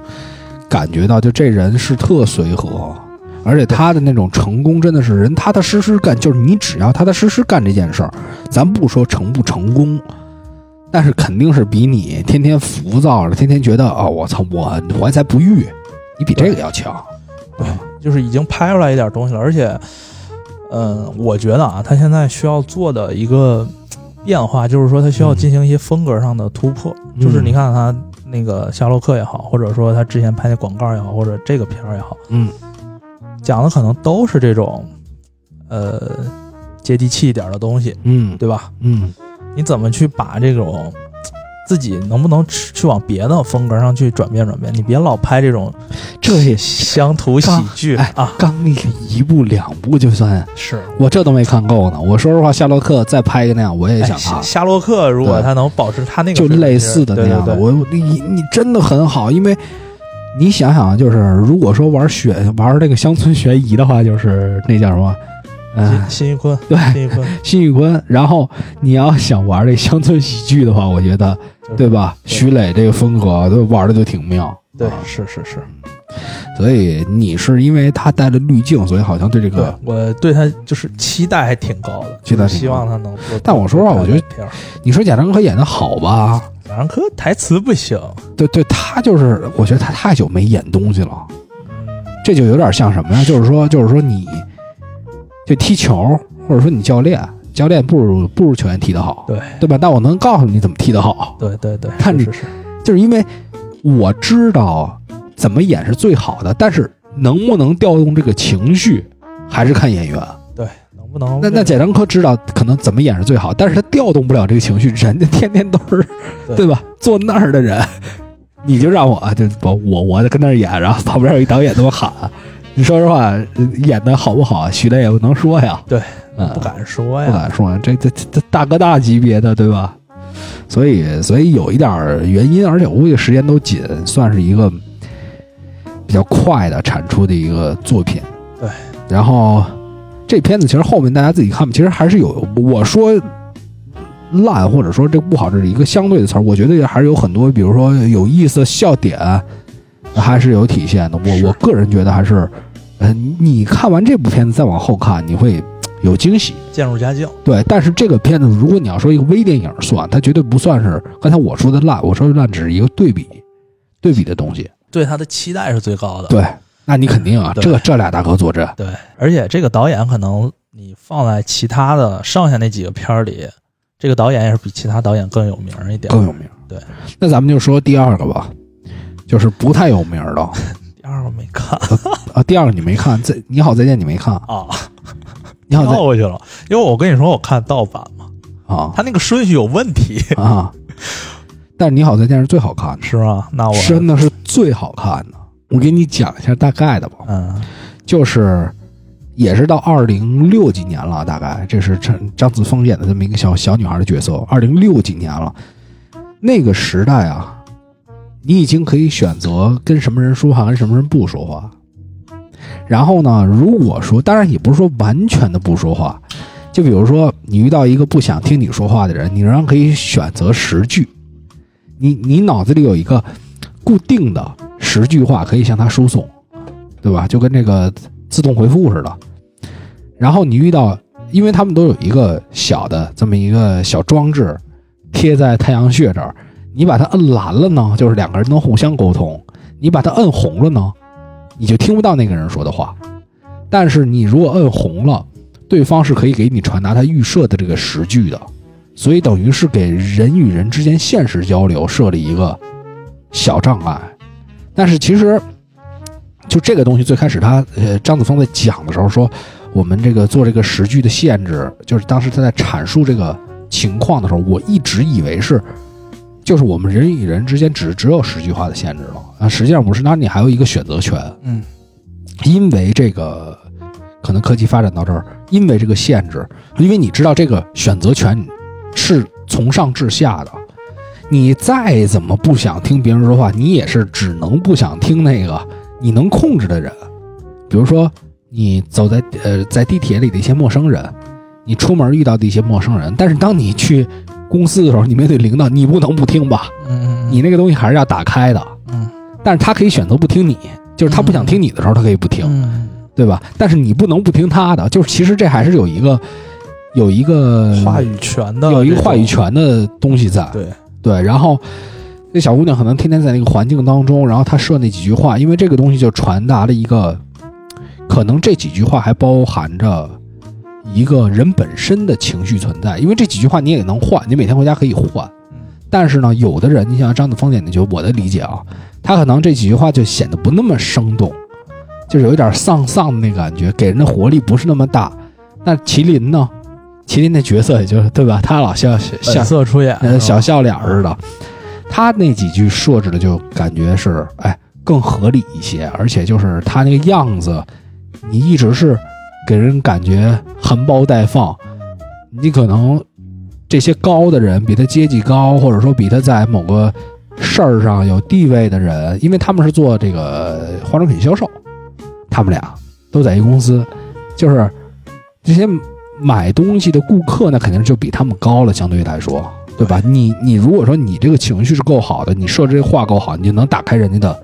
感觉到，就这人是特随和。而且他的那种成功真的是人踏踏实实干，就是你只要踏踏实实干这件事儿，咱不说成不成功，但是肯定是比你天天浮躁着，天天觉得啊、我操，我怀才不遇，你比这个要强。
就是已经拍出来一点东西了，而且，嗯、我觉得啊，他现在需要做的一个变化，就是说他需要进行一些风格上的突破。
嗯
就是你看他那个夏洛克也好，或者说他之前拍那广告也好，或者这个片儿也好，
嗯，
讲的可能都是这种，呃，接地气一点的东西，
嗯
对吧？
嗯
你怎么去把这种自己能不能去去往别的风格上去转变转变？你别老拍这种
这也
乡土喜剧
哎
啊，哎
刚一步两步就算，
是。
我这都没看够呢。我说实话，夏洛克再拍一个那样，我也
哎
想
夏
看。
夏洛克，如果
对
他能保持他那个
就
水平
类似的那样的。
对对对
我你你真的很好，因为你想想啊，就是如果说玩悬玩那个乡村悬疑的话，就是那叫什么？嗯、
辛辛玉坤，
对
辛玉坤，
辛宇坤。然后你要想玩这乡村喜剧的话，我觉得
就是
对吧？
对
徐磊这个风格都玩的就挺妙。
对
啊，
是是是，
所以你是因为他带了滤镜，所以好像对这
对
个。
我对他就是期待还挺高的，
期待挺高
就是希望他能做。
但我说实话
多
我觉得
拍点片儿
你说贾樟柯演的好吧？
贾樟柯台词不行，
对对，他就是，我觉得他太久没演东西了。
嗯
这就有点像什么呀？就是说，就是说你就踢球，或者说你教练，教练不如不如球员踢得好，
对
对吧？但我能告诉你怎么踢得好，
对对对，
看
是
着
是是，
就是因为我知道怎么演是最好的，但是能不能调动这个情绪，还是看演员。
对，能不能
那那贾樟柯知道可能怎么演是最好，但是他调动不了这个情绪，人家天天都是，
对
对吧？坐那儿的人，你就让我啊就我我我跟那儿演，然后旁边有一导演那么喊，你说实话，呃演的好不好，徐磊也不能说呀，
对
嗯，
不敢说
不
呀？
敢说，这这这这大哥大级别的，对吧？所以所以有一点儿原因，而且我估计时间都紧，算是一个比较快的产出的一个作品。
对，
然后这片子其实后面大家自己看吧，其实还是有我说烂或者说这不好，这是一个相对的词儿。我觉得还是有很多，比如说有意思的笑点，还是有体现的。
是
我我个人觉得还是，呃，你看完这部片子再往后看，你会有惊喜。
渐入佳境，
对，但是这个片子，如果你要说一个微电影算，它绝对不算是刚才我说的烂。我说的烂只是一个对比，对比的东西。
对他的期待是最高的。
对，那你肯定啊，
对
这这俩大哥坐镇，
对，而且这个导演可能你放在其他的剩下那几个片儿里，这个导演也是比其他导演更有名儿一点。
更有名。
对，
那咱们就说第二个吧，就是不太有名 的
第二个没看
啊。第二个你没看，再你好再见你没看，
啊，
你好再
跳过去了，因为我跟你说我看盗版嘛，
啊
他那个顺序有问题，
啊，但是你好再见是最好啊看的，
是吗？那我
真的是最好看的。我给你讲一下大概的吧。
嗯
就是也是到二零六几年了，大概这是张张子枫演的这么一个小小女孩的角色，二零六几年了。那个时代啊，你已经可以选择跟什么人说话，跟什么人不说话。然后呢，如果说，当然也不是说完全的不说话，就比如说你遇到一个不想听你说话的人，你仍然可以选择十句，你你脑子里有一个固定的十句话可以向他输送，对吧？就跟这个自动回复似的。然后你遇到，因为他们都有一个小的这么一个小装置贴在太阳穴这儿，你把它摁蓝了呢，就是两个人能互相沟通；你把它摁红了呢，你就听不到那个人说的话。但是你如果摁红了，对方是可以给你传达他预设的这个时距的，所以等于是给人与人之间现实交流设立一个小障碍。但是其实就这个东西，最开始他呃，张子枫在讲的时候说，我们这个做这个时距的限制，就是当时他在阐述这个情况的时候，我一直以为是，就是我们人与人之间只只有十句话的限制了啊，实际上不是，那你还有一个选择权，
嗯，
因为这个可能科技发展到这儿，因为这个限制，因为你知道这个选择权是从上至下的。你再怎么不想听别人说话，你也是只能不想听那个你能控制的人，比如说你走在呃在地铁里的一些陌生人，你出门遇到的一些陌生人，但是当你去公司的时候，你面对领导，你不能不听吧？
嗯
你那个东西还是要打开的，
嗯，
但是他可以选择不听你，就是他不想听你的时候，他可以不听，
嗯
对吧？但是你不能不听他的，就是其实这还是有一个有一个
话语权的
嗯有一个话语
这种，
权的东西在，
对
对，然后那小姑娘可能天天在那个环境当中，然后她说那几句话，因为这个东西就传达了一个，可能这几句话还包含着一个人本身的情绪存在，因为这几句话你也能换，你每天回家可以换。但是呢，有的人，你像张子枫演的角，我的理解啊，他可能这几句话就显得不那么生动，就是有一点丧丧的那感觉，给人的活力不是那么大。那麒麟呢？麒麟那角色也就是对吧？他老笑笑
本色出演，
呃，小
是吧
笑脸儿似的。他那几句设置的就感觉是，哎，更合理一些，而且就是他那个样子，你一直是给人感觉含苞待放。你可能这些高的人，比他阶级高，或者说比他在某个事儿上有地位的人，因为他们是做这个化妆品销售，他们俩都在一公司，就是这些买东西的顾客那肯定就比他们高了，相对于来说，对吧？你你如果说你这个情绪是够好的，你设置这话够好，你就能打开人家的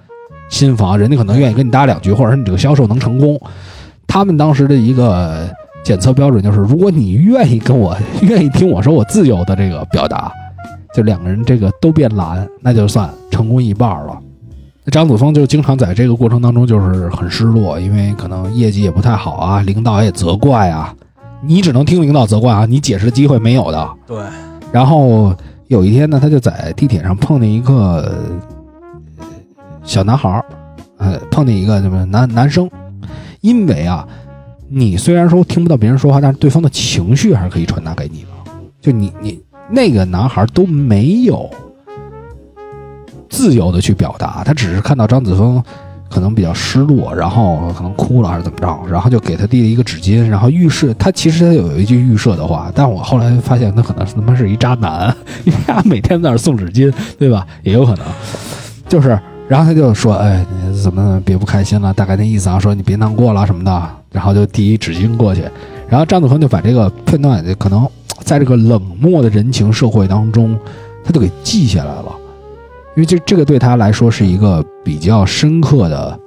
心房，人家可能愿意跟你搭两句，或者说你这个销售能成功。他们当时的一个检测标准就是，如果你愿意跟我愿意听我说我自由的这个表达，就两个人这个都变蓝，那就算成功一半了。那张子枫就经常在这个过程当中就是很失落，因为可能业绩也不太好啊，领导也责怪啊，你只能听领导责怪啊，你解释的机会没有的。
对，
然后有一天呢，他就在地铁上碰见一个呃小男孩儿，呃，碰见一个什么男男生，因为啊，你虽然说听不到别人说话，但是对方的情绪还是可以传达给你的。就你你那个男孩都没有自由的去表达，他只是看到张子枫可能比较失落，然后可能哭了还是怎么着，然后就给他递了一个纸巾，然后预设他其实他有一句预设的话，但我后来发现他可能是他妈是一渣男，因为他每天在那儿送纸巾，对吧？也有可能， 就是，然后他就说，哎，你怎么别不开心了？大概那意思啊，说你别难过了什么的，然后就递一纸巾过去，然后张子枫就把这个片段可能在这个冷漠的人情社会当中，他就给记下来了。因为这这个对他来说是一个比较深刻的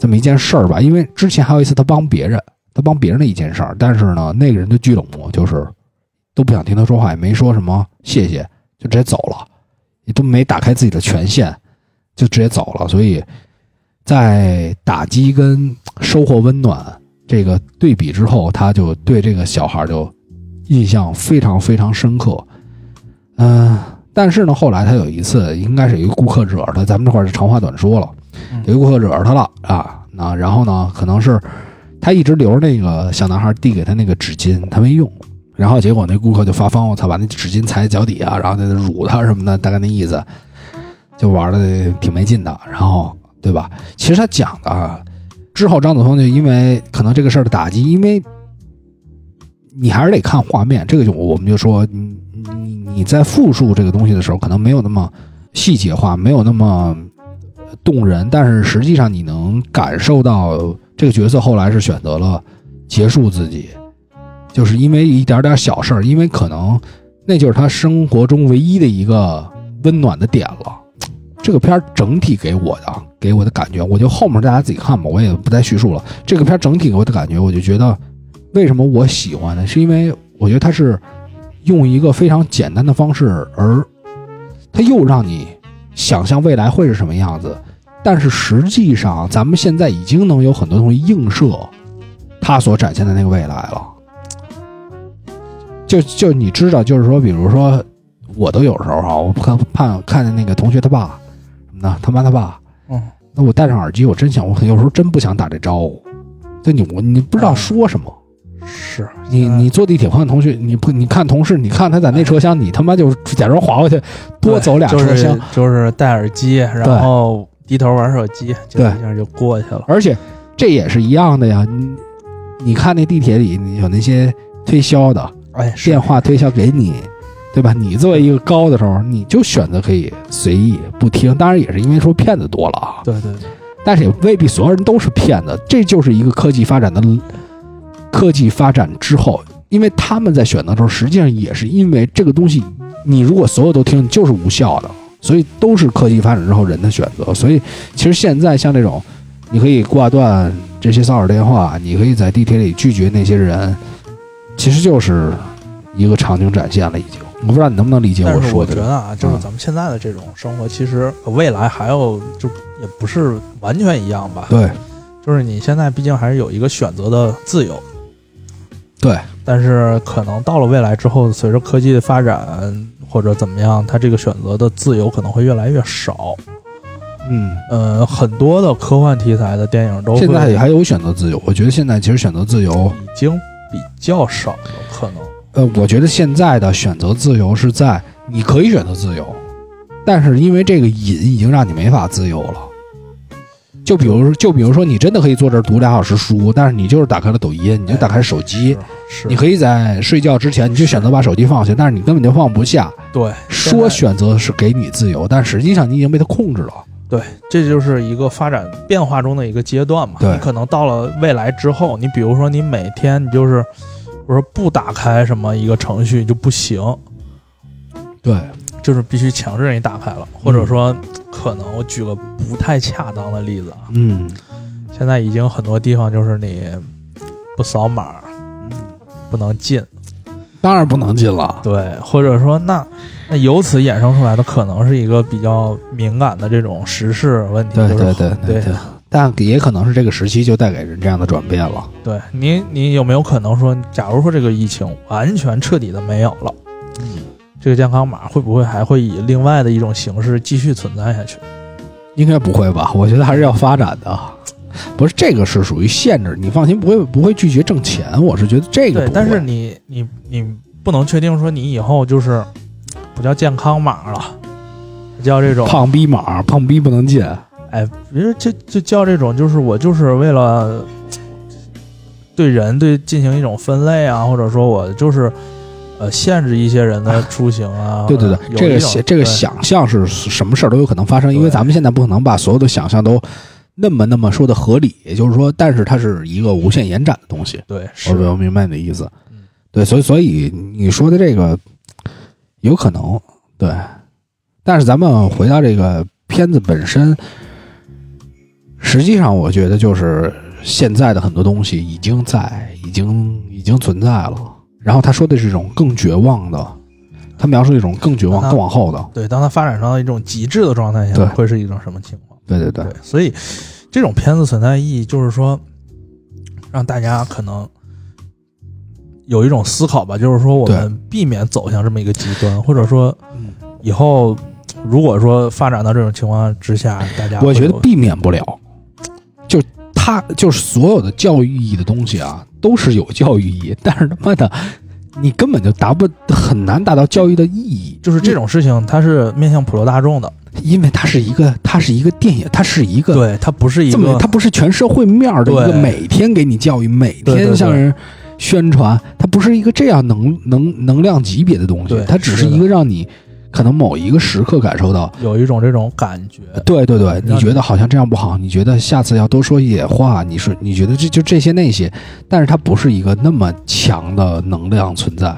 这么一件事儿吧。因为之前还有一次他帮别人，他帮别人的一件事儿，但是呢，那个人就巨冷漠，就是都不想听他说话，也没说什么谢谢，就直接走了，也都没打开自己的权限，就直接走了。所以在打击跟收获温暖这个对比之后，他就对这个小孩就印象非常非常深刻。嗯、但是呢，后来他有一次，应该是有一个顾客惹他，咱们这块儿是长话短说了，
嗯
有一个顾客惹他了啊，那然后呢，可能是他一直留着那个小男孩递给他那个纸巾，他没用，然后结果那顾客就发疯，我操，把那纸巾踩脚底下，然后在那辱他什么的，大概那意思，就玩的挺没劲的，然后对吧？其实他讲的啊，之后张子枫就因为可能这个事儿的打击，因为你还是得看画面，这个就我们就说嗯你你你在复述这个东西的时候，可能没有那么细节化，没有那么呃动人，但是实际上你能感受到这个角色后来是选择了结束自己，就是因为一点点小事儿，因为可能那就是他生活中唯一的一个温暖的点了。这个片儿整体给我的啊给我的感觉，我就后面大家自己看吧，我也不再叙述了。这个片儿整体给我的感觉，我就觉得为什么我喜欢呢？是因为我觉得它是用一个非常简单的方式，而它又让你想象未来会是什么样子。但是实际上，咱们现在已经能有很多东西映射它所展现的那个未来了。就就你知道，就是说，比如说，我都有时候啊，我看看看见那个同学他爸什么的，他妈他爸，
嗯，
那我戴上耳机，我真想，我有时候真不想打这招呼，就你我你不知道说什么。
是
你
嗯
你坐地铁碰见同学，你不你看同事，你看他在那车厢，你他妈就假装划过去，多走俩车厢。
就是，就是戴耳机，
对
然后低头玩手机，就
对
一下就过去了。
而且这也是一样的呀。你你看那地铁里有那些推销的
哎，是
电话推销给你，对吧？你作为一个高的时候，你就选择可以随意不听。当然也是因为说骗子多了啊，
对对对，
但是也未必所有人都是骗子。这就是一个科技发展的科技发展之后，因为他们在选择的时候，实际上也是因为这个东西，你如果所有都听，你就是无效的。所以都是科技发展之后人的选择。所以其实现在像这种，你可以挂断这些骚扰电话，你可以在地铁里拒绝那些人，其实就是一个场景展现了已经。我不知道你能不能理解
但是
说
我
的
觉
这
得
个。
啊，就是
嗯
咱们现在的这种生活，其实未来还有就也不是完全一样吧。
对
就是你现在毕竟还是有一个选择的自由，
对，
但是可能到了未来之后，随着科技的发展或者怎么样，它这个选择的自由可能会越来越少。
嗯，
呃，很多的科幻题材的电影都会
现在也还有选择自由。我觉得现在其实选择自由，
已经比较少了，可能。
呃，我觉得现在的选择自由是在你可以选择自由，但是因为这个瘾已经让你没法自由了。就比如，就比如说，你真的可以坐这儿读俩小时书，但是你就是打开了抖音，你就打开手机，
哎是，
你可以在睡觉之前你就选择把手机放下，但是你根本就放不下。
对
说选择是给你自由，但实际上你已经被它控制了。
对，这就是一个发展变化中的一个阶段嘛。
对
你可能到了未来之后，你比如说你每天你就是，我说不打开什么一个程序就不行，
对，
就是必须强制你打开了，
嗯
或者说可能我举个不太恰当的例子啊，
嗯，
现在已经很多地方就是你不扫码不能进，
当然不能进了。
对，或者说那那由此衍生出来的可能是一个比较敏感的这种时事问题，
对
就是
对对
对
对，但也可能是这个时期就带给人这样的转变了。
对你，你有没有可能说，假如说这个疫情完全彻底的没有了，
嗯
这个健康码会不会还会以另外的一种形式继续存在下去？
应该不会吧？我觉得还是要发展的。不是这个是属于限制，你放心，不会不会拒绝挣钱。我是觉得这个
对
不会，
但是你你你不能确定说你以后就是不叫健康码了，叫这种
胖逼码，胖逼不能进。
哎，别人就就叫这种，就是我就是为了对人对进行一种分类啊，或者说我就是呃限制一些人的出行啊。
对对对
或者，有
这
一
个
种
想这个
对
想象是什么事儿都有可能发生，因为
对
咱们现在不可能把所有的想象都那么那么说的合理，也就是说，但是它是一个无限延展的东西。
对是
我我明白你的意思
嗯。
对，所以所以你说的这个有可能对，但是咱们回到这个片子本身，实际上我觉得就是现在的很多东西已经在，已经已经存在了。然后他说的是一种更绝望的，他描述一种更绝望、
啊
更往后的。
对，当它发展到一种极致的状态
对
下，会是一种什么情况？
对对对，
对，所以这种片子存在意义就是说，让大家可能有一种思考吧，就是说我们避免走向这么一个极端，或者说
嗯
以后如果说发展到这种情况之下，大家
我
会
觉得
有
避免不了。就他就是所有的教育意义的东西啊，都是有教育意义，但是他妈的，你根本就达不很难达到教育的意义。
就是这种事情，它是面向普罗大众的，
因为它是一个，它是一个电影，它是一个
对，它不是一
这么，
个
它不是全社会面儿的一个，
对
每天给你教育，每
对对
天
对
向人宣传，它不是一个这样能能能量级别的东西
对，
它只是
是的
一个让你可能某一个时刻感受到。
有一种这种感觉。
对对对，
让
你
你
觉得好像这样不好，你觉得下次要多说一点话，你是你觉得这就这些那些，但是它不是一个那么强的能量存在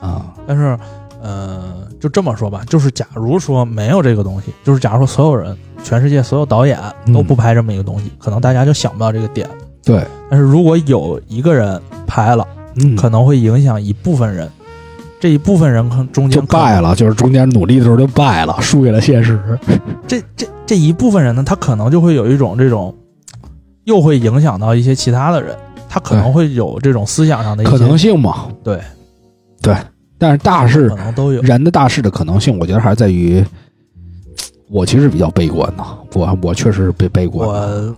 啊，
但是，呃，就这么说吧，就是假如说没有这个东西，就是假如说所有人，全世界所有导演都不拍这么一个东西，可能大家就想不到这个点。
嗯对，
但是如果有一个人拍了，
嗯，
可能会影响一部分人，这一部分人可能中
就
间可能
败了，就是中间努力的时候就败了，输给了现实。
这这这一部分人呢，他可能就会有一种这种，又会影响到一些其他的人，他可能会有这种思想上的一些
可能性嘛，
对
对，但是大势
可能都有。
人的大势的可能性，我觉得还是在于，我其实比较悲观的，我我确实是悲悲观的。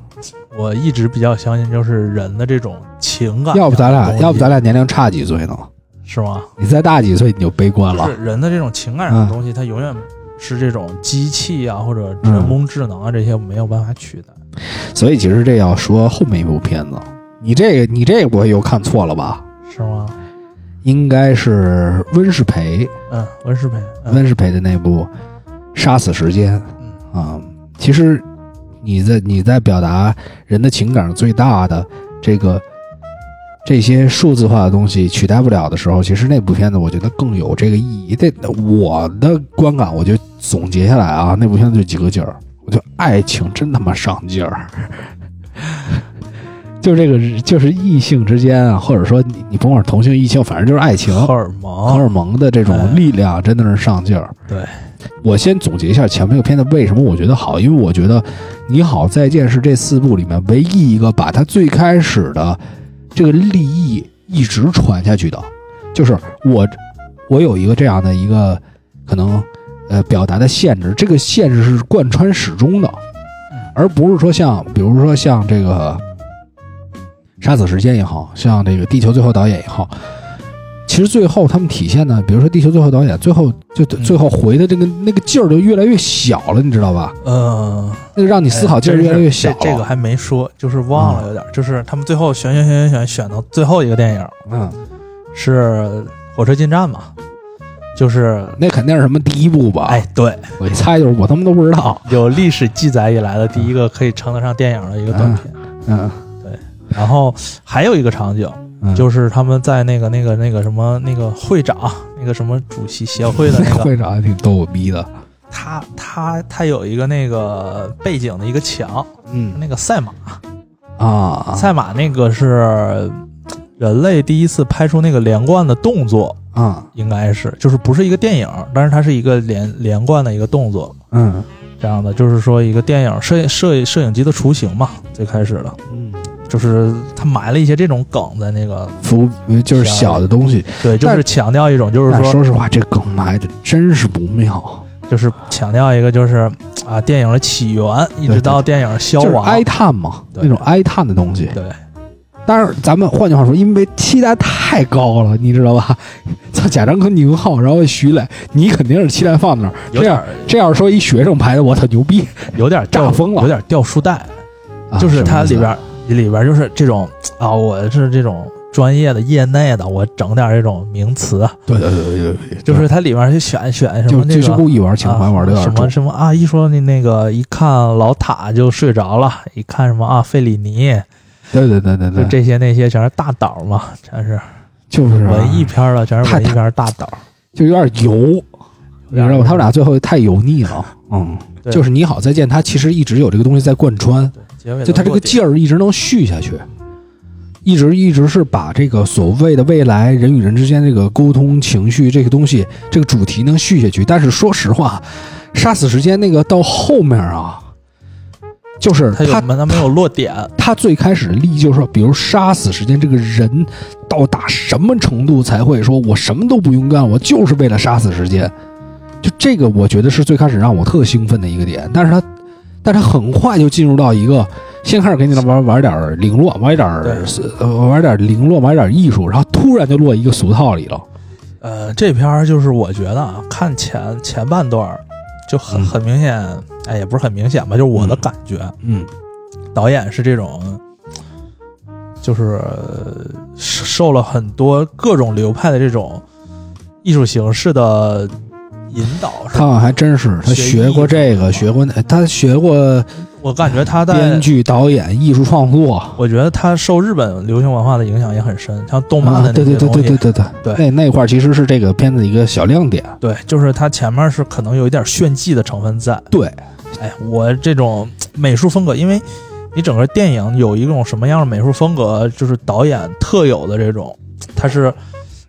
我我一直比较相信，就是人的这种情感上的东西，
要不咱俩，要不咱俩年龄差几岁呢？
是吗？
你再大几岁你就悲观
就
了
是。人的这种情感上的东西，它永远是这种机器啊或者人工智能啊这些没有办法取代。
所以其实这要说后面一部片子，你这个你这个我又看错了吧？
是吗？
应该是温世培，
嗯，温世培，嗯
温世培的那部《杀死时间》
嗯
啊、其实你在你在表达人的情感最大的这个这些数字化的东西取代不了的时候，其实那部片子我觉得更有这个意义。这我的观感，我就总结下来啊，那部片子就几个劲儿，我觉得爱情真他妈上劲儿。 就这个，就是异性之间啊，或者说你你甭管是同性异性，反正就是爱情，
荷尔
荷
蒙，
尔蒙的这种力量真的是上劲儿。
对，
我先总结一下前面这个片子为什么我觉得好，因为我觉得《你好再见》是这四部里面唯一一个把它最开始的这个利益一直传下去的，就是我我有一个这样的一个可能呃表达的限制，这个限制是贯穿始终的，
嗯
而不是说像比如说像这个《杀死时间》也好像这个《地球最后导演》也好，其实最后他们体现呢，比如说《地球最后导演》最后就
嗯
最后回的这个那个劲儿就越来越小了，你知道吧？
嗯，
那个让你思考劲儿
哎真
越来越
是
小
这
了。嗯
这个还没说，就是忘了有点儿，就是他们最后选选选选选选到最后一哎个电影
嗯，
是《火车进站》嘛，就是
那肯定是什么第一部吧？
哎，对，
我一猜就是我他妈都不知道。
有历史记载以来的第一个可以称得上电影的一个短片。
嗯
然后还有一个场景，
嗯，
就是他们在那个那个那个什么那个会长那个什么主席协会的那个，
会长还挺逗逼的。
他他他有一个那个背景的一个墙，
嗯
那个赛马，
啊，
赛马那个是人类第一次拍出那个连贯的动作，
啊，
应该是就是不是一个电影，但是它是一个连连贯的一个动作，
嗯
这样的就是说一个电影摄摄摄影机的雏形嘛，最开始的
嗯，
就是他埋了一些这种梗在那个
服呃就是小的东西，
对，就
但
是强调一种就是
但
说
说实话，这梗埋的真是不妙，
就是强调一个就是啊电影的起源，一
对
直到电影消
就是
亡，
哀叹嘛，
对
那种哀叹的东西。
对
但是咱们换句话说，因为期待太高了，你知道吧？ 像贾樟柯、宁浩，然后徐磊，你肯定是期待放那儿。这
有点
样
儿
这样说，一学生拍的，我操牛逼！
有点掉
炸疯了
有点掉书袋，
啊
就是它里边
什么意
儿里边儿就是这种啊，我是这种专业的业内的，我整点儿这种名词，
思对对对对对，
就是它里边儿去选选什
就
么那
就是
个。
故意玩情怀玩的有
啊、什
点
么
重。
什么啊！一说那那个，一看老塔就睡着了，一看什么啊，费里尼，
对对对对
就
对，
这些那些全是大导嘛，全是
就是啊
文艺片儿了，全是
太
文艺片儿大导。
就有点油，你知道吗？他们俩最后太油腻了，嗯，
对
就是你好再见，他其实一直有这个东西在贯穿，
结尾
就他这个
劲，
劲儿一直能续下去，一直一直是把这个所谓的未来人与人之间这个沟通情绪这个东西这个主题能续下去。但是说实话，杀死时间那个到后面啊，就是
他有
他
他没有落点，
他最开始的利益就是说，比如杀死时间这个人到达什么程度才会说我什么都不用干，我就是为了杀死时间。就这个，我觉得是最开始让我特兴奋的一个点，但是他，但他很快就进入到一个先开始给你玩玩点儿零落，玩点儿呃玩点儿零落，玩点儿艺术，然后突然就落一个俗套里了。
呃，这片儿就是我觉得啊，看前前半段儿就很
嗯
很明显，哎，也不是很明显吧，就是我的感觉，
嗯
导演是这种，就是呃受了很多各种流派的这种艺术形式的引导。是
他
吧
好像还真是，他
学
学
艺
过这个，学过那，他学过
我感觉他在
编，剧、导演、艺术创作。
我觉得他受日本流行文化的影响也很深，像动漫
啊，
的
对
那
对
些
对
东
对
西，
对对对
对
那那块儿其实是这个片子的一个小亮点。
对，就是它前面是可能有一点炫技的成分在。
对，
哎，我这种美术风格，因为你整个电影有一种什么样的美术风格，就是导演特有的这种，它是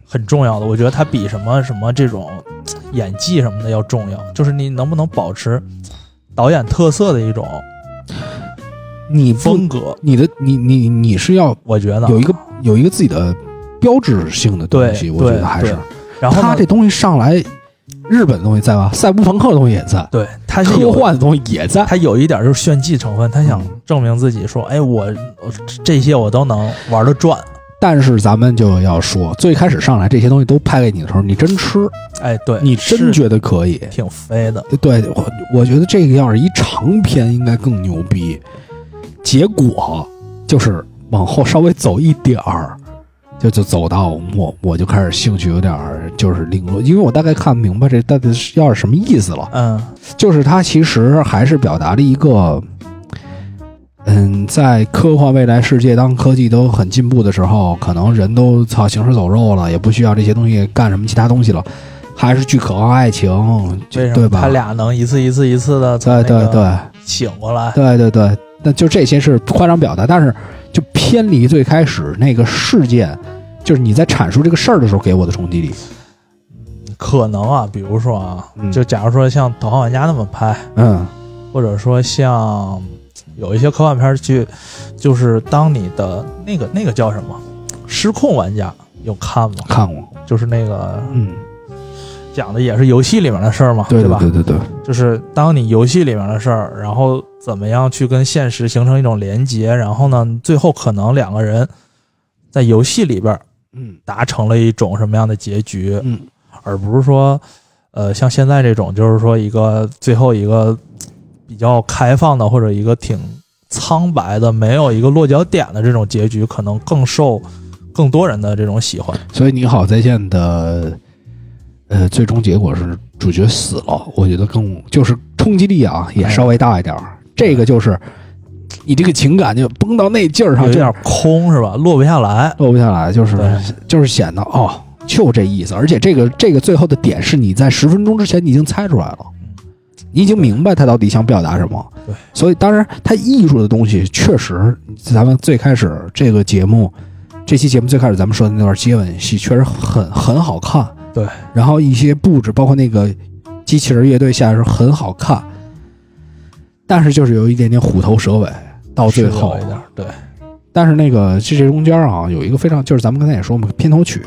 很重要的。我觉得它比什么什么这种演技什么的要重要，就是你能不能保持导演特色的一种
你不
风，格。
你的你你你是要
我觉得
有一个，有一个自己的标志性的东西，
对
我觉得还是
对。然后
他
呢
这东西上来，日本的东西在吧，赛博朋克的东西也在，
对它是
科
有
幻的东西也在。
他有一点就是炫技成分，他想
嗯
证明自己，说，哎，我我这些我都能玩得转，
但是咱们就要说，最开始上来这些东西都拍给你的时候，你真吃，
哎，对，
你
是
真觉得可以。
挺飞的，
对，我我觉得这个要是一长篇，应该更牛逼。结果就是往后稍微走一点儿，就就走到我我就开始兴趣有点儿就是零落，因为我大概看明白这到底是要是什么意思了。
嗯，
就是它其实还是表达了一个，嗯，在科幻未来世界，当科技都很进步的时候，可能人都操行尸走肉了，也不需要这些东西干什么其他东西了，还是去渴望爱情，就
为什
对
么
吧？
他俩能一次一次一次的从
对
那
对
个
对
醒过来？
对对对，那就这些是夸张表达，但是就偏离最开始那个事件，就是你在阐述这个事儿的时候给我的冲击力。
可能啊，比如说啊，
嗯
就假如说像《头号玩家》那么拍，
嗯
或者说像有一些科幻片儿去，就是当你的那个那个叫什么《失控玩家》有看吗？
看过，
就是那个
嗯，
讲的也是游戏里面的事儿嘛，
对
吧？
对对对，
就是当你游戏里面的事儿，然后怎么样去跟现实形成一种连接，然后呢，最后可能两个人在游戏里边
嗯
达成了一种什么样的结局，
嗯，
而不是说，呃，像现在这种，就是说一个最后一个比较开放的或者一个挺苍白的，没有一个落脚点的这种结局，可能更受更多人的这种喜欢。
所以《你好再见》的呃最终结果是主角死了，我觉得更就是冲击力啊
哎
也稍微大一点儿，这个就是你这个情感就崩到那劲儿上，
有
就
点空是吧？落不下来。
落不下来，啊就是
对
就是显得哦，就这意思。而且这个这个最后的点是你在十分钟之前你已经猜出来了
嗯，
你已经明白他到底想表达什么。
对，
所以当然他艺术的东西确实，咱们最开始这个节目这期节目最开始咱们说的那段接吻戏确实很很好看，
对，
然后一些布置，包括那个机器人乐队下来的时候很好看，但是就是有一点点虎头蛇尾到最后
是有一，点儿对，
但是那个这这中间啊，有一个非常就是咱们刚才也说嘛，片头曲，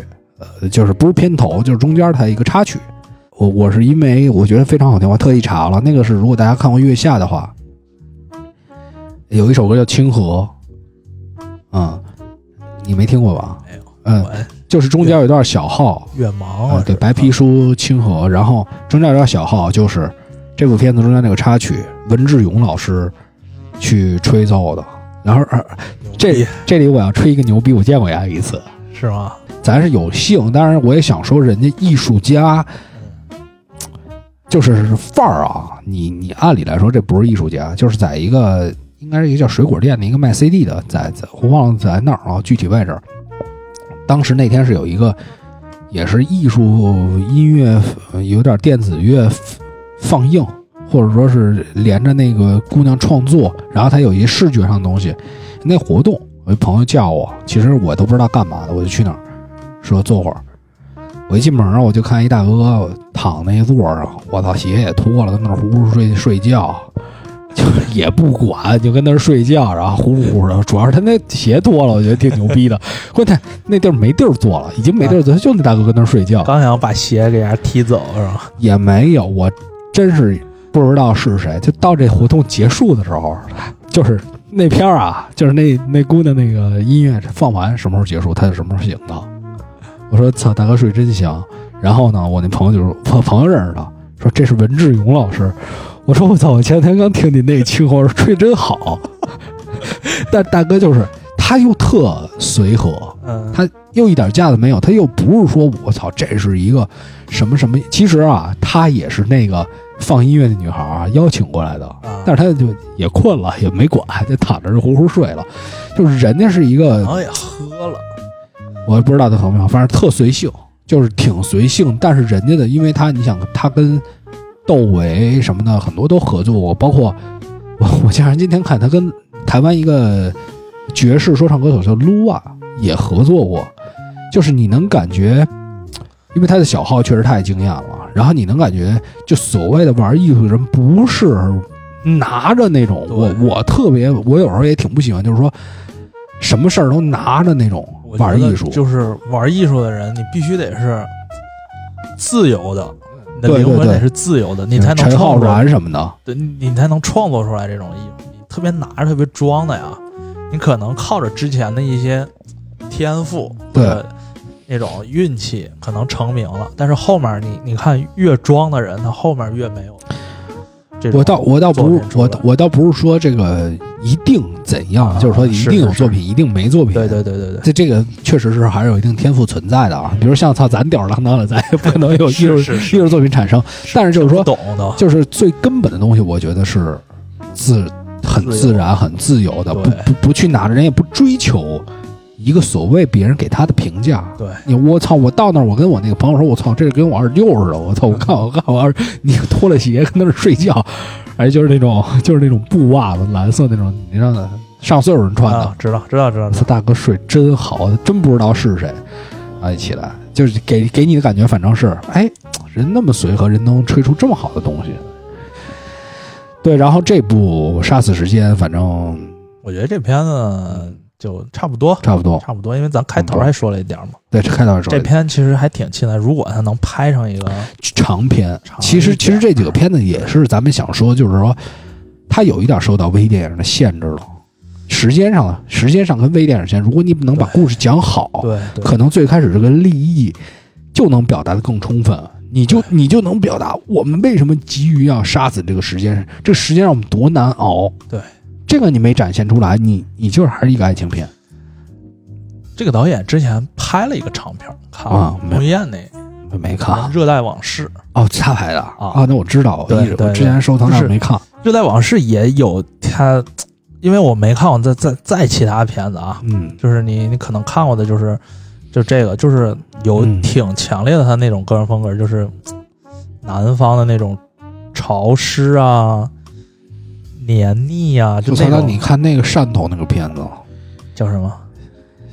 呃，就是不是片头，就是中间它一个插曲。我我是因为我觉得非常好听，我特意查了，那个是如果大家看过《月下》的话，有一首歌叫《清河》，嗯，你没听过吧？
没有，
嗯，
我
就是中间有一段小号，
越忙
啊
啊，，
对，
是
白皮书清
哦
河，然后中间有点小号，就是这部片子中间那个插曲，文志勇老师去吹奏的。然后，呃
牛逼
这这里我要吹一个牛逼，我见过丫一次，
是吗？
咱是有幸，当然我也想说，人家艺术家就是范儿啊，你你按理来说这不是艺术家，就是在一个应该是一个叫水果店的一个卖 CD 的，在在我忘了在哪儿啊了，具体位置。当时那天是有一个也是艺术音乐，呃有点电子乐放映，或者说是连着那个姑娘创作，然后她有一视觉上的东西。那活动，我一朋友叫我，其实我都不知道干嘛的，我就去那儿说坐会儿。我一进门儿，我就看一大哥躺那座儿上，我操，鞋也脱了，跟那儿呼呼睡睡觉，就是也不管，就跟那儿睡觉，然后呼呼的。主要是他那鞋脱了，我觉得挺牛逼的。关键那地儿没地儿坐了，已经没地儿坐，就那大哥跟那儿睡觉。
刚想把鞋给人家踢走是吧？
也没有，我真是不知道是谁。就到这活动结束的时候，就是那片儿啊，就是那那姑娘那个音乐放完什么时候结束，她就什么时候醒的。我说操，大哥睡真香。然后呢，我那朋友就说，我朋友认识他，说这是文志勇老师。我说我操，我前两天刚听你那清我说吹真好。 但大哥就是他又特随和，
嗯，
他又一点架子没有，他又不是说我操，这是一个什么什么。其实啊，她也是那个放音乐的女孩啊邀请过来的，
啊
但是她就也困了，也没管，就躺着就呼呼睡了。就是人家是一
然
个，
后也喝了，
我也不知道她好没有，反正特随性，就是挺随性。但是人家的，因为她，你想，她跟窦唯什么的很多都合作过，包括 我我竟然今天看她跟台湾一个爵士说唱歌手叫卢啊也合作过，就是你能感觉，因为他的小号确实太惊艳了，然后你能感觉，就所谓的玩艺术的人不是拿着那种，我
对
我特别我有时候也挺不喜欢，就是说什么事儿都拿着那种
我觉
玩
得
艺术，
就是玩艺术的人，你必须得是自由的，你的
对对
灵魂
对
得是自由的，你才能
陈浩
创作
然什么的，
对，你才能创作出来这种艺术。你特别拿着特别装的呀，你可能靠着之前的一些天赋
对
或者那种运气，可能成名了。但是后面你你看，越装的人，他后面越没有这种
我倒我倒
作
不
品出
我
来
我倒不是说这个一定怎样，
啊
就是说一
是
定有
是是
作品，一定没作品，
对对对对对，
这这个确实是还是有一定天赋存在的啊。比如像操咱吊儿郎当的，咱也不可能有艺术
是是是
艺术作品产生。但是就是
不
说，
懂都
就是最根本的东西，我觉得是自很
自由
自然、很自由的，不
对
不不去拿着，人也不追求一个所谓别人给他的评价。
对
你我操！我到那儿，我跟我那个朋友说，我操，这是跟我二舅似的，我操！
嗯
我看我看我二，你脱了鞋跟那儿睡觉，哎，就是那种就是那种布袜子，蓝色那种，你让他上岁数人穿的。
啊，知道知道知道
我，操，大哥睡真好，真不知道是谁啊！一起来，就是给给你的感觉，反正是哎，人那么随和，人能吹出这么好的东西。对，然后这部《杀死时间》反正
我觉得这片子就差不多。
差不多，
差不多，因为咱开头还说了一点嘛，
对，这开头嗯说
这篇其实还挺期待。如果他能拍上一个，
长篇，
长
其实
一点
其实这几个片子也是咱们想说，就是说它有一点受到微电影的限制了，时间上了，时间上跟微电影限制。如果你能把故事讲好，
对对，
哦可能最开始这个利益就能表达的更充分，你就你就能表达我们为什么急于要杀死这个时间，这时间让我们多难熬。
对，
这个你没展现出来，你你就是还是一个爱情片。
这个导演之前拍了一个长片儿，看了
啊没啊有
彭于晏那
我没看
《热带往事》，
哦，他拍的啊，那我知道，我
对
一直
对
我之前收藏
不
但
是
是没看。
《热带往事》也有他，因为我没看过再再再其他片子啊，
嗯，
就是你你可能看过的就是就这个，就是有
嗯
挺强烈的他那种个人风格，就是南方的那种潮湿啊、黏腻啊，就
我操，
那
那
种
你看那个汕头那个片子，
叫什么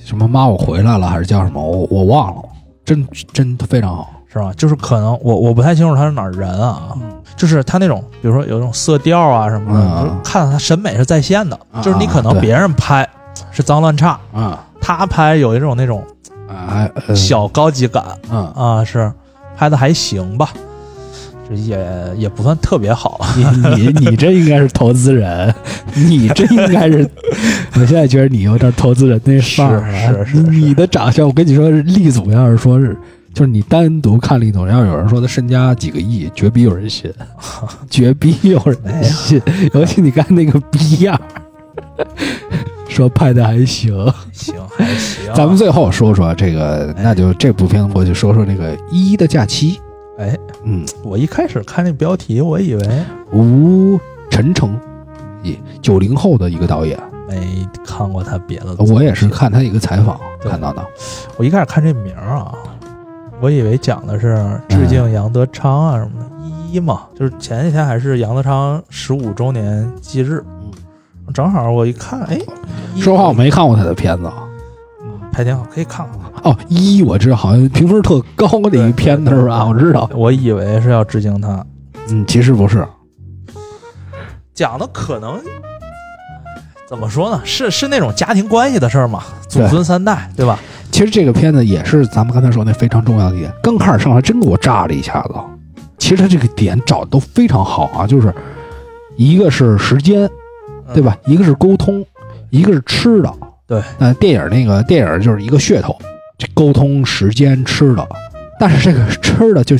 什么妈我回来了还是叫什么我我忘了，真真非常好。
是吧？就是可能我我不太清楚他是哪儿人啊，就是他那种，比如说有那种色调啊什么的，
嗯
就是看他审美是在线的，
啊
就是你可能
对
别人拍是脏乱差，
啊
他拍有一种那种
啊还呃
小高级感
嗯，
啊，是拍的还行吧，这也也不算特别好，
你你你这应该是投资人，你这应该是，我现在觉得你有点投资人那范儿了。
是是是
你的长相，我跟你说，厉总要是说是，就是你单独看厉总，要是有人说他身家几个亿，绝逼有人信，绝逼有
哎
人信。尤其你看那个逼样儿，说拍的还行。
行哎还行啊。
咱们最后说说这个，那就这部片我就说说那个一一的假期。
哎，
嗯，
我一开始看那标题，我以为
吴晨成，也九零后的一个导演，
没看过他别的，
我也是，看他一个采访
对
看到的。
我一开始看这名儿啊，我以为讲的是致
哎
敬杨德昌啊什么的，一一嘛，就是前几天还是杨德昌十五周年忌日，正好我一看，哎，一
嗯说实话，我没看过他的片子啊。
嗯拍挺好，可以看看。
哦，一我知道，好像评分特高的一个片子
对对
是吧？
对
我知道，
我以为是要致敬他，
嗯，其实不是，
讲的可能怎么说呢？是是那种家庭关系的事儿嘛，祖
对
孙三代，对吧？嗯
其实这个片子也是咱们刚才说那非常重要的一点。刚开始上来真给我炸了一下子，其实他这个点找的都非常好啊，就是一个是时间，
嗯
对？吧？一个是沟通，一个是吃的。
对，
呃，电影那个电影就是一个噱头，这沟通、时间、吃的，但是这个吃的就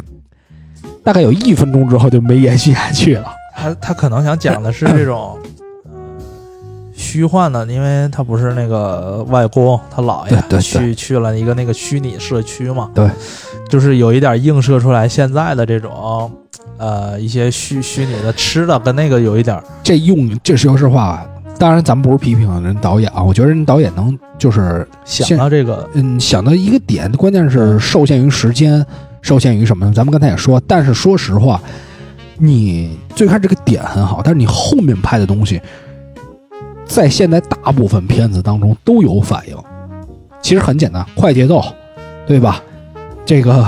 大概有一分钟之后就没延续下去了。
他他可能想讲的是这种，呃虚幻的，因为他不是那个外公他姥
对
爷
对对
去去了一个那个虚拟社区嘛，
对，
就是有一点映射出来现在的这种，呃，一些虚虚拟的吃的跟那个有一点儿，
这用这说实话，当然咱们不是批评人导演啊，我觉得人导演能就是
想到这个，
嗯想到一个点，关键是受限于时间，受限于什么呢？咱们刚才也说，但是说实话，你最开始这个点很好，但是你后面拍的东西，在现在大部分片子当中都有反应。其实很简单，快节奏，对吧？这个，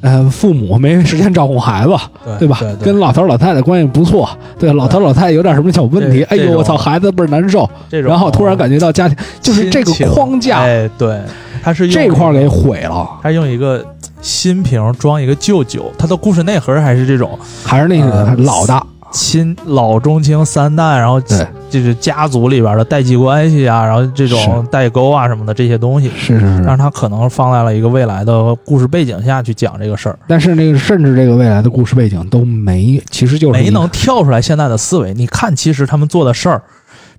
呃，父母没时间照顾孩子，
对
对吧？
对
跟老头儿老太太关系不错，对老头儿老太太有点什么小问题，
这
哎
这
呦
种
我操，孩子倍儿难受，
这种，
然后突然感觉到家庭就是这个
亲情
框架
哎，对，他是用
这块儿给毁了，
他用一个新瓶装一个旧酒，他的故事内核还是这种
还是那个
呃
老大，
亲老中青三代，然后
对，
就是家族里边的代际关系啊，然后这种
是
代沟啊什么的这些东西，
是是是
但是，他可能放在了一个未来的故事背景下去讲这个事儿，
但是那个甚至这个未来的故事背景都没，其实就是
没
一个
能跳出来现在的思维。你看，其实他们做的事儿，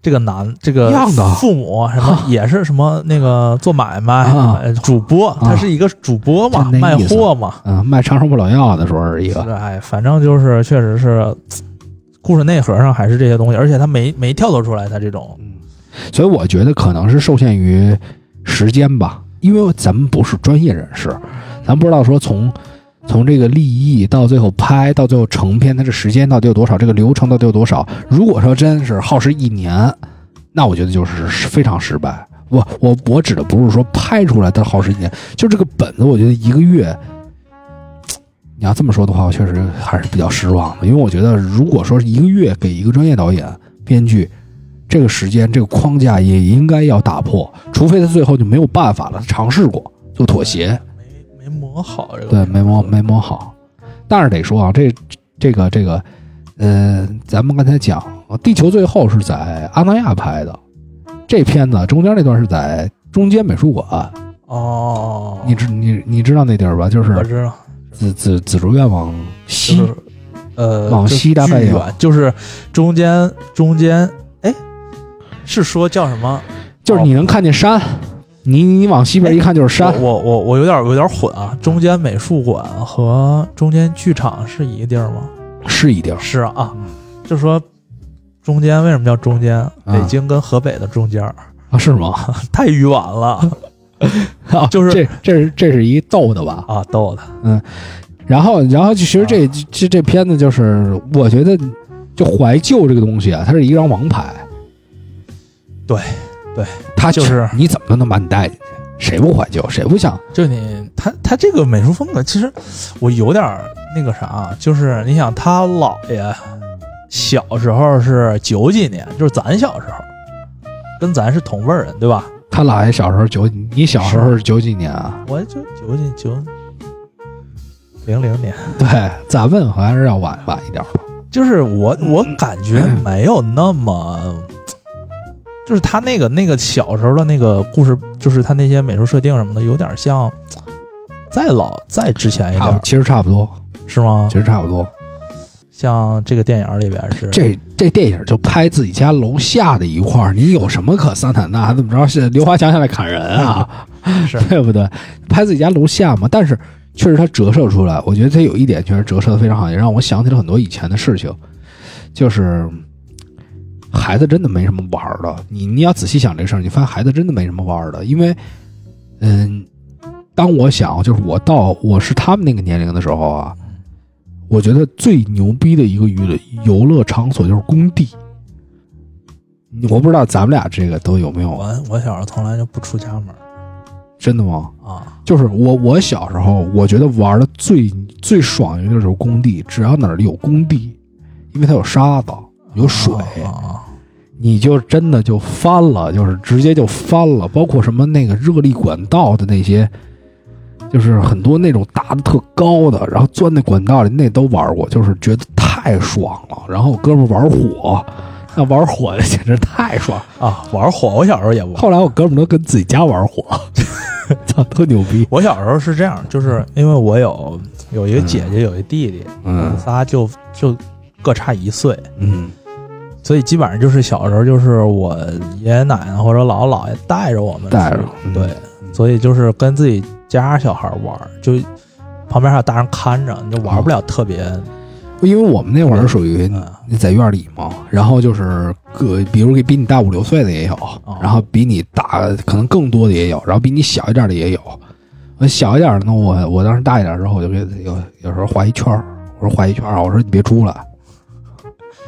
这个男这个
一样的
父母啊什 么也是什么那个做买卖、
啊
呃主播，他是一个主播嘛，
真那
卖
意思
货嘛，
嗯、卖长生不老药的时候是一个，
是哎，反正就是确实是。故事内核上还是这些东西，而且他没没跳脱出来，他这种
嗯，所以我觉得可能是受限于时间吧，因为咱们不是专业人士，咱不知道说从从这个立意到最后拍到最后成片，它这时间到底有多少，这个流程到底有多少。如果说真是耗时一年，那我觉得就是非常失败。我我我指的不是说拍出来它耗时一年，就这个本子，我觉得一个月。你要这么说的话，我确实还是比较失望的，因为我觉得，如果说一个月给一个专业导演、编剧这个时间、这个框架也应该要打破，除非他最后就没有办法了，尝试过就妥协，
没没磨好这个，
对，没磨没磨好。但是得说啊，这这个这个，呃，咱们刚才讲，《地球最后》是在阿那亚拍的，这片子中间那段是在中间美术馆，
哦，
你知你你知道那地儿吧？就
我
是
知道，
紫紫紫竹院往西
嗯就是呃，
往西大概
就巨
有
远，就是中间中间，哎，是说叫什么？
就是你能看见山，你你往西边一看就是山
哎我，我我我有点我有点混啊，中间美术馆和中间剧场是一个地儿吗？
是一地儿。
是啊，
嗯
就说中间为什么叫中间？北京跟河北的中间儿、
啊，是吗？
太远了
啊
就是
这这是这是一逗的吧？
啊，逗的，
然后，然后其实
啊
这、这这片子就是，我觉得就怀旧这个东西啊，它是一张王牌。
对，对，
它
就是
你怎么都能把你带进去。谁不怀旧？谁不想？
就你他他这个美术风格，其实我有点儿那个啥，啊就是你想他姥爷小时候是九几年，就是咱小时候，跟咱是同辈儿人，对吧？
他姥爷小时候九，你小时候是九几年啊？
我就九几九零零年，
对，咱们好像是要晚晚一点儿吧。
就是我我感觉没有那么。就是他那个那个小时候的那个故事，就是他那些美术设定什么的，有点像再老再之前一点
差不
儿，
其实差不多，
是吗
其？实差不多。
像这个电影里边是
这这电影就拍自己家楼下的一块儿，你有什么可桑塔纳怎么着？是刘华强下来砍人啊，
是
对不对？拍自己家楼下嘛，但是确实它折射出来，我觉得它有一点确实折射的非常好，也让我想起了很多以前的事情，就是孩子真的没什么玩儿的。你你要仔细想这事儿，你发现孩子真的没什么玩儿的，因为嗯，当我想就是我到我是他们那个年龄的时候啊，我觉得最牛逼的一个娱乐游乐场所就是工地。我不知道咱们俩这个都有没啊有
我我小时候从来就不出家门儿
真的吗？
啊，
就是我我小时候，我觉得玩的最最爽的就是工地，只要哪儿有工地，因为它有沙子有水，
啊啊
你就真的就翻了，就是直接就翻了。包括什么那个热力管道的那些，就是很多那种搭的特高的，然后钻那管道里，那都玩过，就是觉得太爽了。然后我哥们儿玩火，那玩火简直太爽。
啊！玩火，我小时候也玩。
后来我哥们儿都跟自己家玩火， 操，特牛逼。
我小时候是这样，就是因为我有有一个姐姐，有一个弟弟，
嗯
仨就就各差一岁，
嗯
所以基本上就是小时候就是我爷爷奶奶或者姥姥姥爷带着我们
带着嗯
对，所以就是跟自己家小孩玩儿，就旁边还有大人看着，你就玩不了特别
因为我们那会儿属于
嗯
你在院里嘛，然后就是个，比如比你大五六岁的也有，
哦
然后比你大可能更多的也有，然后比你小一点的也有。我小一点的呢，我我当时大一点之后，我就给有有时候画一圈儿，我说画一圈儿啊，我说你别出来，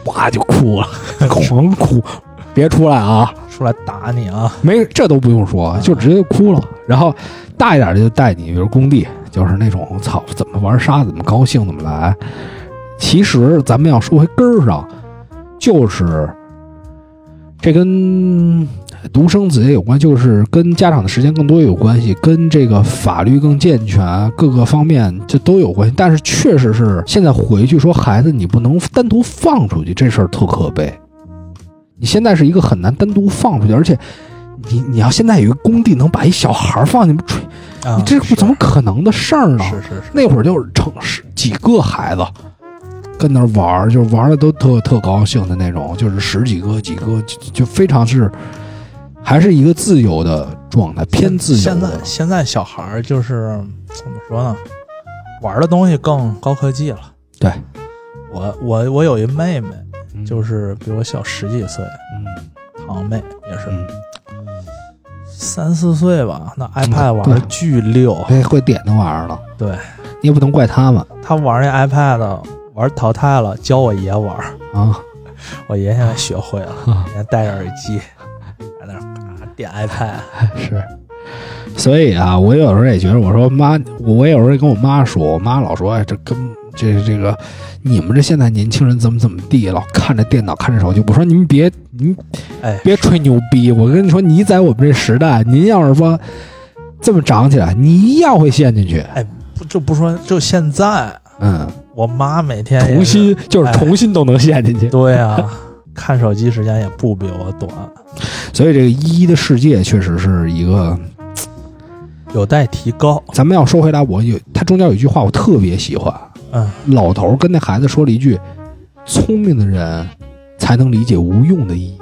哇就哭 了，狂哭，别出来啊！
出来打你啊。
没，这都不用说，就直接哭了。然后大一点的就带你，比如工地，就是那种操，怎么玩沙，怎么高兴，怎么来。其实咱们要说回根儿上，就是这跟独生子也有关，就是跟家长的时间更多有关系，跟这个法律更健全，各个方面这都有关系。但是确实是现在回去说孩子你不能单独放出去，这事儿特可悲。你现在是一个很难单独放出去，而且你你要现在有一个工地能把一小孩儿放进去，
啊
你这
是
不怎么可能的事儿呢？
是是是，
那会儿就是成十几个孩子跟那儿玩儿，就是玩的都特特高兴的那种，就是十几个几个就就非常是还是一个自由的状态，偏自由啊
现在
的。
现在小孩儿就是怎么说呢，玩儿的东西更高科技了。
对，
我我我有一妹妹，
嗯
就是是比我小十几岁，堂妹也是
嗯，
三四岁吧。那 iPad 玩的巨溜，
会哎会点那玩意儿了，
对
你也不能怪他们
她玩那 iPad 玩淘汰了，教我爷玩儿，
啊。
我爷现在学会了，人家戴着耳机在那儿嘎点 iPad，
是，所以啊，我有时候也觉得，我说妈，我有时候也跟我妈说，我妈老说，哎，这跟这这个，你们这现在年轻人怎么怎么地，老看着电脑，看着手机。我说您别您
哎，
别吹牛逼，我跟你说，你在我们这时代，您要是说这么长起来，你一样会陷进去。
不就不说就现在，
嗯，
我妈每天也是
重新就是重新都能陷进去。
对啊， 看手机时间也不比我短，
所以这个一的世界确实是一个，
有待提高。
咱们要说回来，我有他中间有一句话我特别喜欢，
嗯，
老头儿跟那孩子说了一句：“聪明的人才能理解无用的意义。”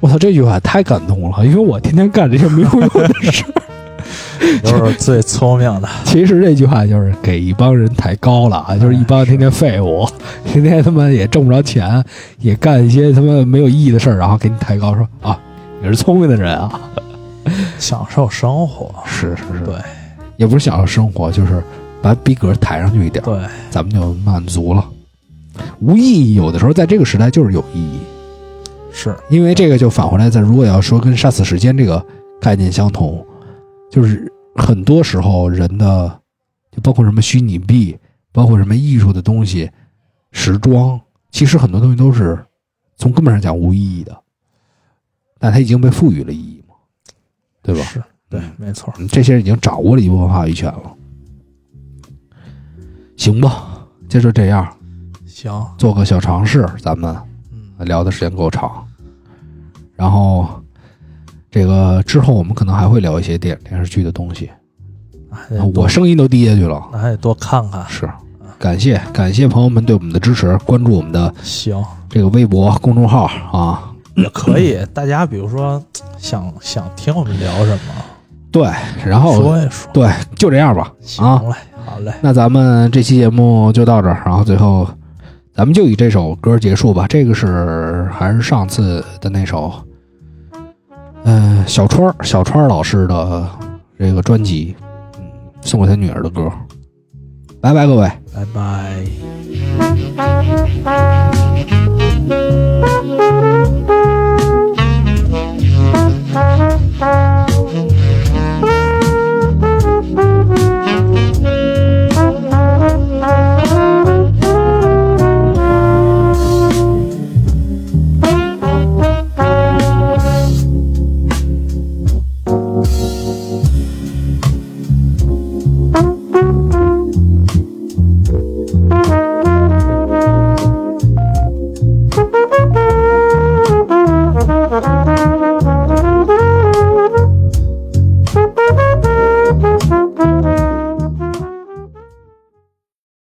我操，这句话太感动了，因为我天天干这些没有用的事儿。
就是最聪明的，
其实这句话就是给一帮人抬高了啊，就是一帮天天废物，天天他妈也挣不着钱，也干一些他妈没有意义的事儿，然后给你抬高说啊，你是聪明的人啊。
享受生活。
是是是，
对，
也不是享受生活，就是把逼格抬上去一点儿，
对，
咱们就满足了。无意义有的时候在这个时代就是有意义。
是
因为这个就返回来，再如果要说跟杀死时间这个概念相同，就是很多时候人的，就包括什么虚拟币，包括什么艺术的东西，时装，其实很多东西都是从根本上讲无意义的，但它已经被赋予了意义嘛，对吧？
是，对，没错。
嗯这些人已经掌握了一部分话语权了，行吧？这就这样，
行，
做个小尝试，咱们
嗯，
聊的时间够长。然后，这个之后我们可能还会聊一些电电视剧的东西。
还得多
我声音都低下去了，
那还得多看看。
是。感谢感谢朋友们对我们的支持，关注我们的
行，
这个微博公众号啊。
也可以。大家比如说想想听我们聊什么，
对，然后
说一说。
对，就这样吧
行
啊。
嘞，好嘞，
那咱们这期节目就到这儿，然后最后咱们就以这首歌结束吧。这个是还是上次的那首，嗯、小川儿小川儿老师的这个专辑，嗯，送给他女儿的歌。拜拜，各位。
拜拜。
Thank you.